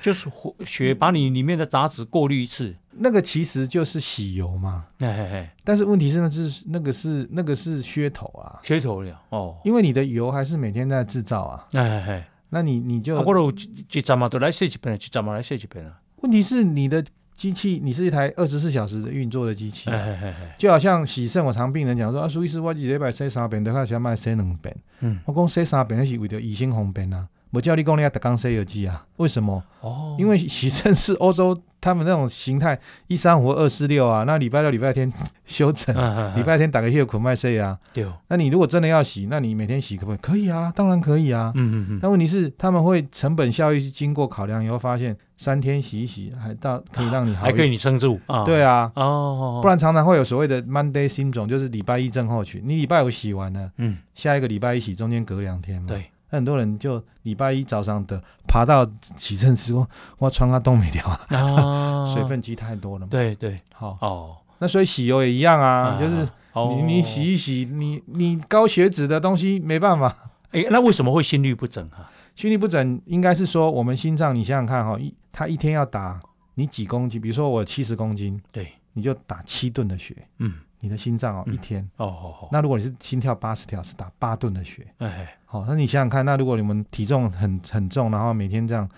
Speaker 2: 就是火血把你里面的杂质过滤一次。
Speaker 3: 那个其实就是洗油嘛，
Speaker 2: 哎哎哎，
Speaker 3: 但是问题是那是那个是那个是噱头啊，
Speaker 2: 噱头了哦。
Speaker 3: 因为你的油还是每天在制造啊，
Speaker 2: 哎哎哎，
Speaker 3: 那你你就
Speaker 2: 啊，我都有一一站嘛，都来洗一遍，一站嘛来洗一遍啊。
Speaker 3: 问题是你的机器，你是一台二十四小时的运作的机器
Speaker 2: 哎
Speaker 3: 啊、
Speaker 2: 哎哎哎，
Speaker 3: 就好像洗肾，我常病人讲说啊，苏医师，我一礼拜洗三遍，都较想买洗两遍。
Speaker 2: 嗯，
Speaker 3: 我讲洗三遍，那是为了医生方便啊。我叫你讲你要逐工洗药剂啊？为什么？
Speaker 2: 哦，
Speaker 3: 因为洗肾是欧洲他们那种形态，一三五二四六啊，那礼拜六、礼拜天休整，礼
Speaker 2: 礼
Speaker 3: 拜天打个休困卖洗啊。
Speaker 2: 对，嗯
Speaker 3: 那你如果真的要洗，那你每天洗可不可以？可以啊，当然可以啊。
Speaker 2: 嗯嗯，
Speaker 3: 但问题是，他们会成本效益是经过考量以后，发现三天洗一洗，还到可以让你好
Speaker 2: 还
Speaker 3: 一
Speaker 2: 可以
Speaker 3: 点。
Speaker 2: 你撑住啊。
Speaker 3: 对
Speaker 2: 啊，
Speaker 3: 啊，
Speaker 2: 哦，
Speaker 3: 不然常常会有所谓的 Monday syndrome，就是礼拜一症候群。你礼拜五洗完了，
Speaker 2: 嗯，
Speaker 3: 下一个礼拜一洗，中间隔两天嘛。
Speaker 2: 对，
Speaker 3: 那很多人就礼拜一早上的爬到洗肾时说，哇，穿啊冻没掉啊，
Speaker 2: <laughs> 啊
Speaker 3: 水，分积太多了嘛。
Speaker 2: 对对，
Speaker 3: 好，
Speaker 2: 哦，
Speaker 3: 那所以洗油也一样啊，就是
Speaker 2: 哦
Speaker 3: 你你洗。一洗，你你高血脂的东西没办法。
Speaker 2: 哎，那为什么会心律不整啊？
Speaker 3: 心律不整应该是说我们心脏，你想想看哈、一它一天要打你几公斤？比如说我七十公斤，
Speaker 2: 对，
Speaker 3: 你就打七吨的血，
Speaker 2: 嗯，
Speaker 3: 你的心脏哦、
Speaker 2: 嗯
Speaker 3: 一天。
Speaker 2: 哦哦哦，
Speaker 3: 那如果你是心跳八十跳，是打八吨的血。
Speaker 2: 哎，
Speaker 3: 好、那你想想看，那如果你们体重很很重，然后每天这样，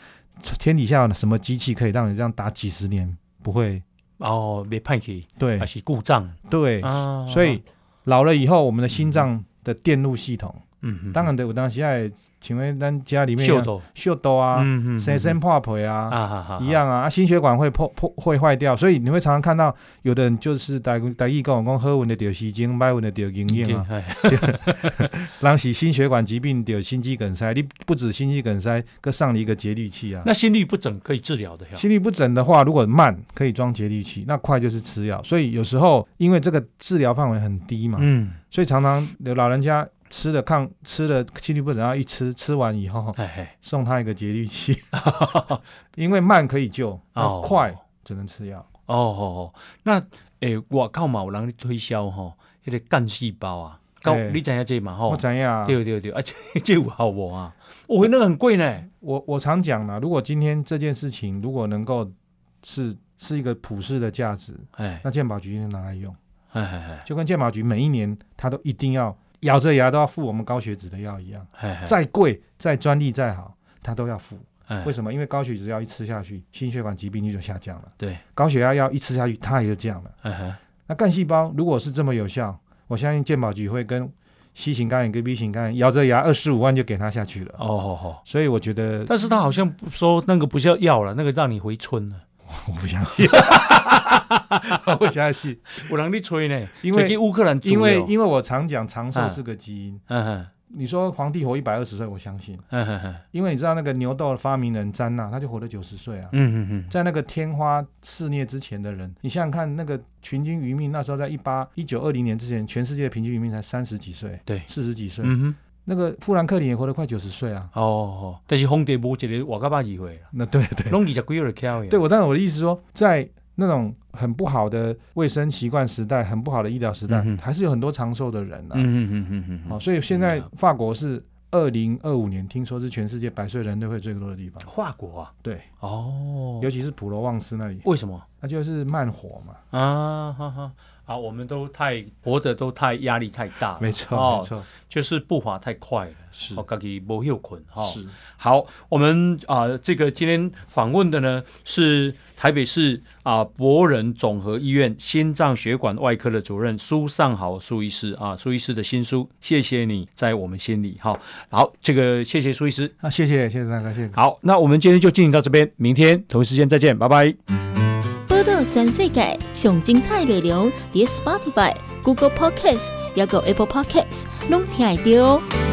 Speaker 3: 天底下有什么机器可以让你这样打几十年不会？
Speaker 2: 哦，没派去，
Speaker 3: 对
Speaker 2: 还是故障
Speaker 3: 对，
Speaker 2: 啊？
Speaker 3: 所以，老了以后，我们的心脏的电路系统，
Speaker 2: 嗯嗯，
Speaker 3: 当然得有当时在，请问咱家里面
Speaker 2: 秀斗
Speaker 3: 秀豆啊，
Speaker 2: 嗯嗯，
Speaker 3: 生生破皮啊，
Speaker 2: 啊哈哈，
Speaker 3: 一样啊，啊心血管会破破会坏掉，所以你会常常看到有的人就是大大意讲讲喝文的得吸精，买文的得经验啊，
Speaker 2: 哎，
Speaker 3: 人是心血管疾病得心肌梗塞，你不止心肌梗塞，搁上了一个节律器啊。
Speaker 2: 那心律不整可以治疗的呀？
Speaker 3: 心律不整的话，如果慢可以装节律器，那快就是吃药。所以有时候因为这个治疗范围很低嘛，
Speaker 2: 嗯，
Speaker 3: 所以常常有老人家吃了抗吃了心律不整药一吃，吃完以后
Speaker 2: 哎哎，
Speaker 3: 送他一个节
Speaker 2: <laughs>
Speaker 3: 律器，因为慢可以救，那
Speaker 2: 哦
Speaker 3: 快只能吃药。
Speaker 2: 哦哦哦，那诶，外口嘛有人咧推销吼，迄个干细胞啊，高
Speaker 3: 哎
Speaker 2: 你知影这嘛
Speaker 3: 我
Speaker 2: 吼？
Speaker 3: 怎样？
Speaker 2: 哦对对对，啊，这 <laughs> 这有效无啊？哦，那个很贵呢。
Speaker 3: 我我常讲啦，如果今天这件事情如果能够是是一个普世的价值，
Speaker 2: 哎
Speaker 3: 那健保局就拿来用。
Speaker 6: 哎哎
Speaker 3: 就跟健保局每一年他都一定要咬着牙都要付我们高血脂的药一样，
Speaker 6: 哎，
Speaker 3: 再贵、再专利、再好，他都要付。
Speaker 6: 哎
Speaker 3: 为什么？因为高血脂药一吃下去，心血管疾病率就下降了。
Speaker 6: 对，
Speaker 3: 高血压药一吃下去，它也就降了。
Speaker 6: 哎哎
Speaker 3: 那干细胞如果是这么有效，我相信健保局会跟 C 型肝炎跟 B 型肝炎咬着牙二十五万就给他下去了。
Speaker 6: 哦好好，
Speaker 3: 所以我觉得
Speaker 2: 但是他好像不说那个不叫药了，那个让你回啊村了。
Speaker 3: 我不相
Speaker 2: <laughs>
Speaker 3: 信，我不相信，
Speaker 2: 有人在吹呢，
Speaker 3: 因为
Speaker 2: 吹去乌克兰煮的哦，
Speaker 3: 因为因为我常讲长寿
Speaker 2: 嗯
Speaker 3: 是个基因。
Speaker 2: 嗯哼
Speaker 3: 你说皇帝活一百二十岁，我相信，
Speaker 2: 嗯哼哼
Speaker 3: 因为你知道那个牛痘的发明人詹娜，他就活了九十岁啊。
Speaker 2: 嗯哼哼，
Speaker 3: 在那个天花肆虐之前的人，你想想看，那个群均余命那时候在一八一九二零年之前，全世界的平均余命才三十几岁，
Speaker 2: 对
Speaker 3: 四十几岁。
Speaker 2: 嗯哼，
Speaker 3: 那个富兰克林也活得快九十岁啊。
Speaker 2: 哦哦，但是皇帝无一个活到百二岁啦，
Speaker 3: 那对对
Speaker 2: 拢二十几岁就翘去。
Speaker 3: 对，，我当然我的意思说，在那种很不好的卫生习惯时代，很不好的医疗时代，
Speaker 2: 嗯哼
Speaker 3: 还是有很多长寿的人啊。
Speaker 2: 嗯哼哼哼哼
Speaker 3: 哦，
Speaker 2: 哼，
Speaker 3: 所以现在
Speaker 2: 嗯
Speaker 3: 法国是二零二五年，听说是全世界百岁人类会最多的地方，
Speaker 2: 法国啊，
Speaker 3: 对，
Speaker 2: 哦，
Speaker 3: 尤其是普罗旺斯那里，
Speaker 2: 为什么
Speaker 3: 那就是慢火嘛。
Speaker 2: 啊？哈哈，啊，我们都太活着都太压力太大了，
Speaker 3: 没错，
Speaker 2: 哦
Speaker 3: 没错，
Speaker 2: 就是步伐太快了，
Speaker 3: 是
Speaker 2: 哦，自己无休困哈。
Speaker 3: 是
Speaker 2: 好，我们啊、这个今天访问的呢是台北市啊、博仁总和医院心脏血管外科的主任苏尚豪苏医师啊，苏医师的新书，谢谢你在我们心里哈。好，这个谢谢苏医师。
Speaker 3: 啊，谢谢，谢谢大哥，谢谢。
Speaker 2: 好，那我们今天就进行到这边，明天同一时间再见，拜拜。
Speaker 7: 报道全世界上精彩内容，伫 Spotify、Google Podcast，还有 Apple Podcast，拢听得到哦。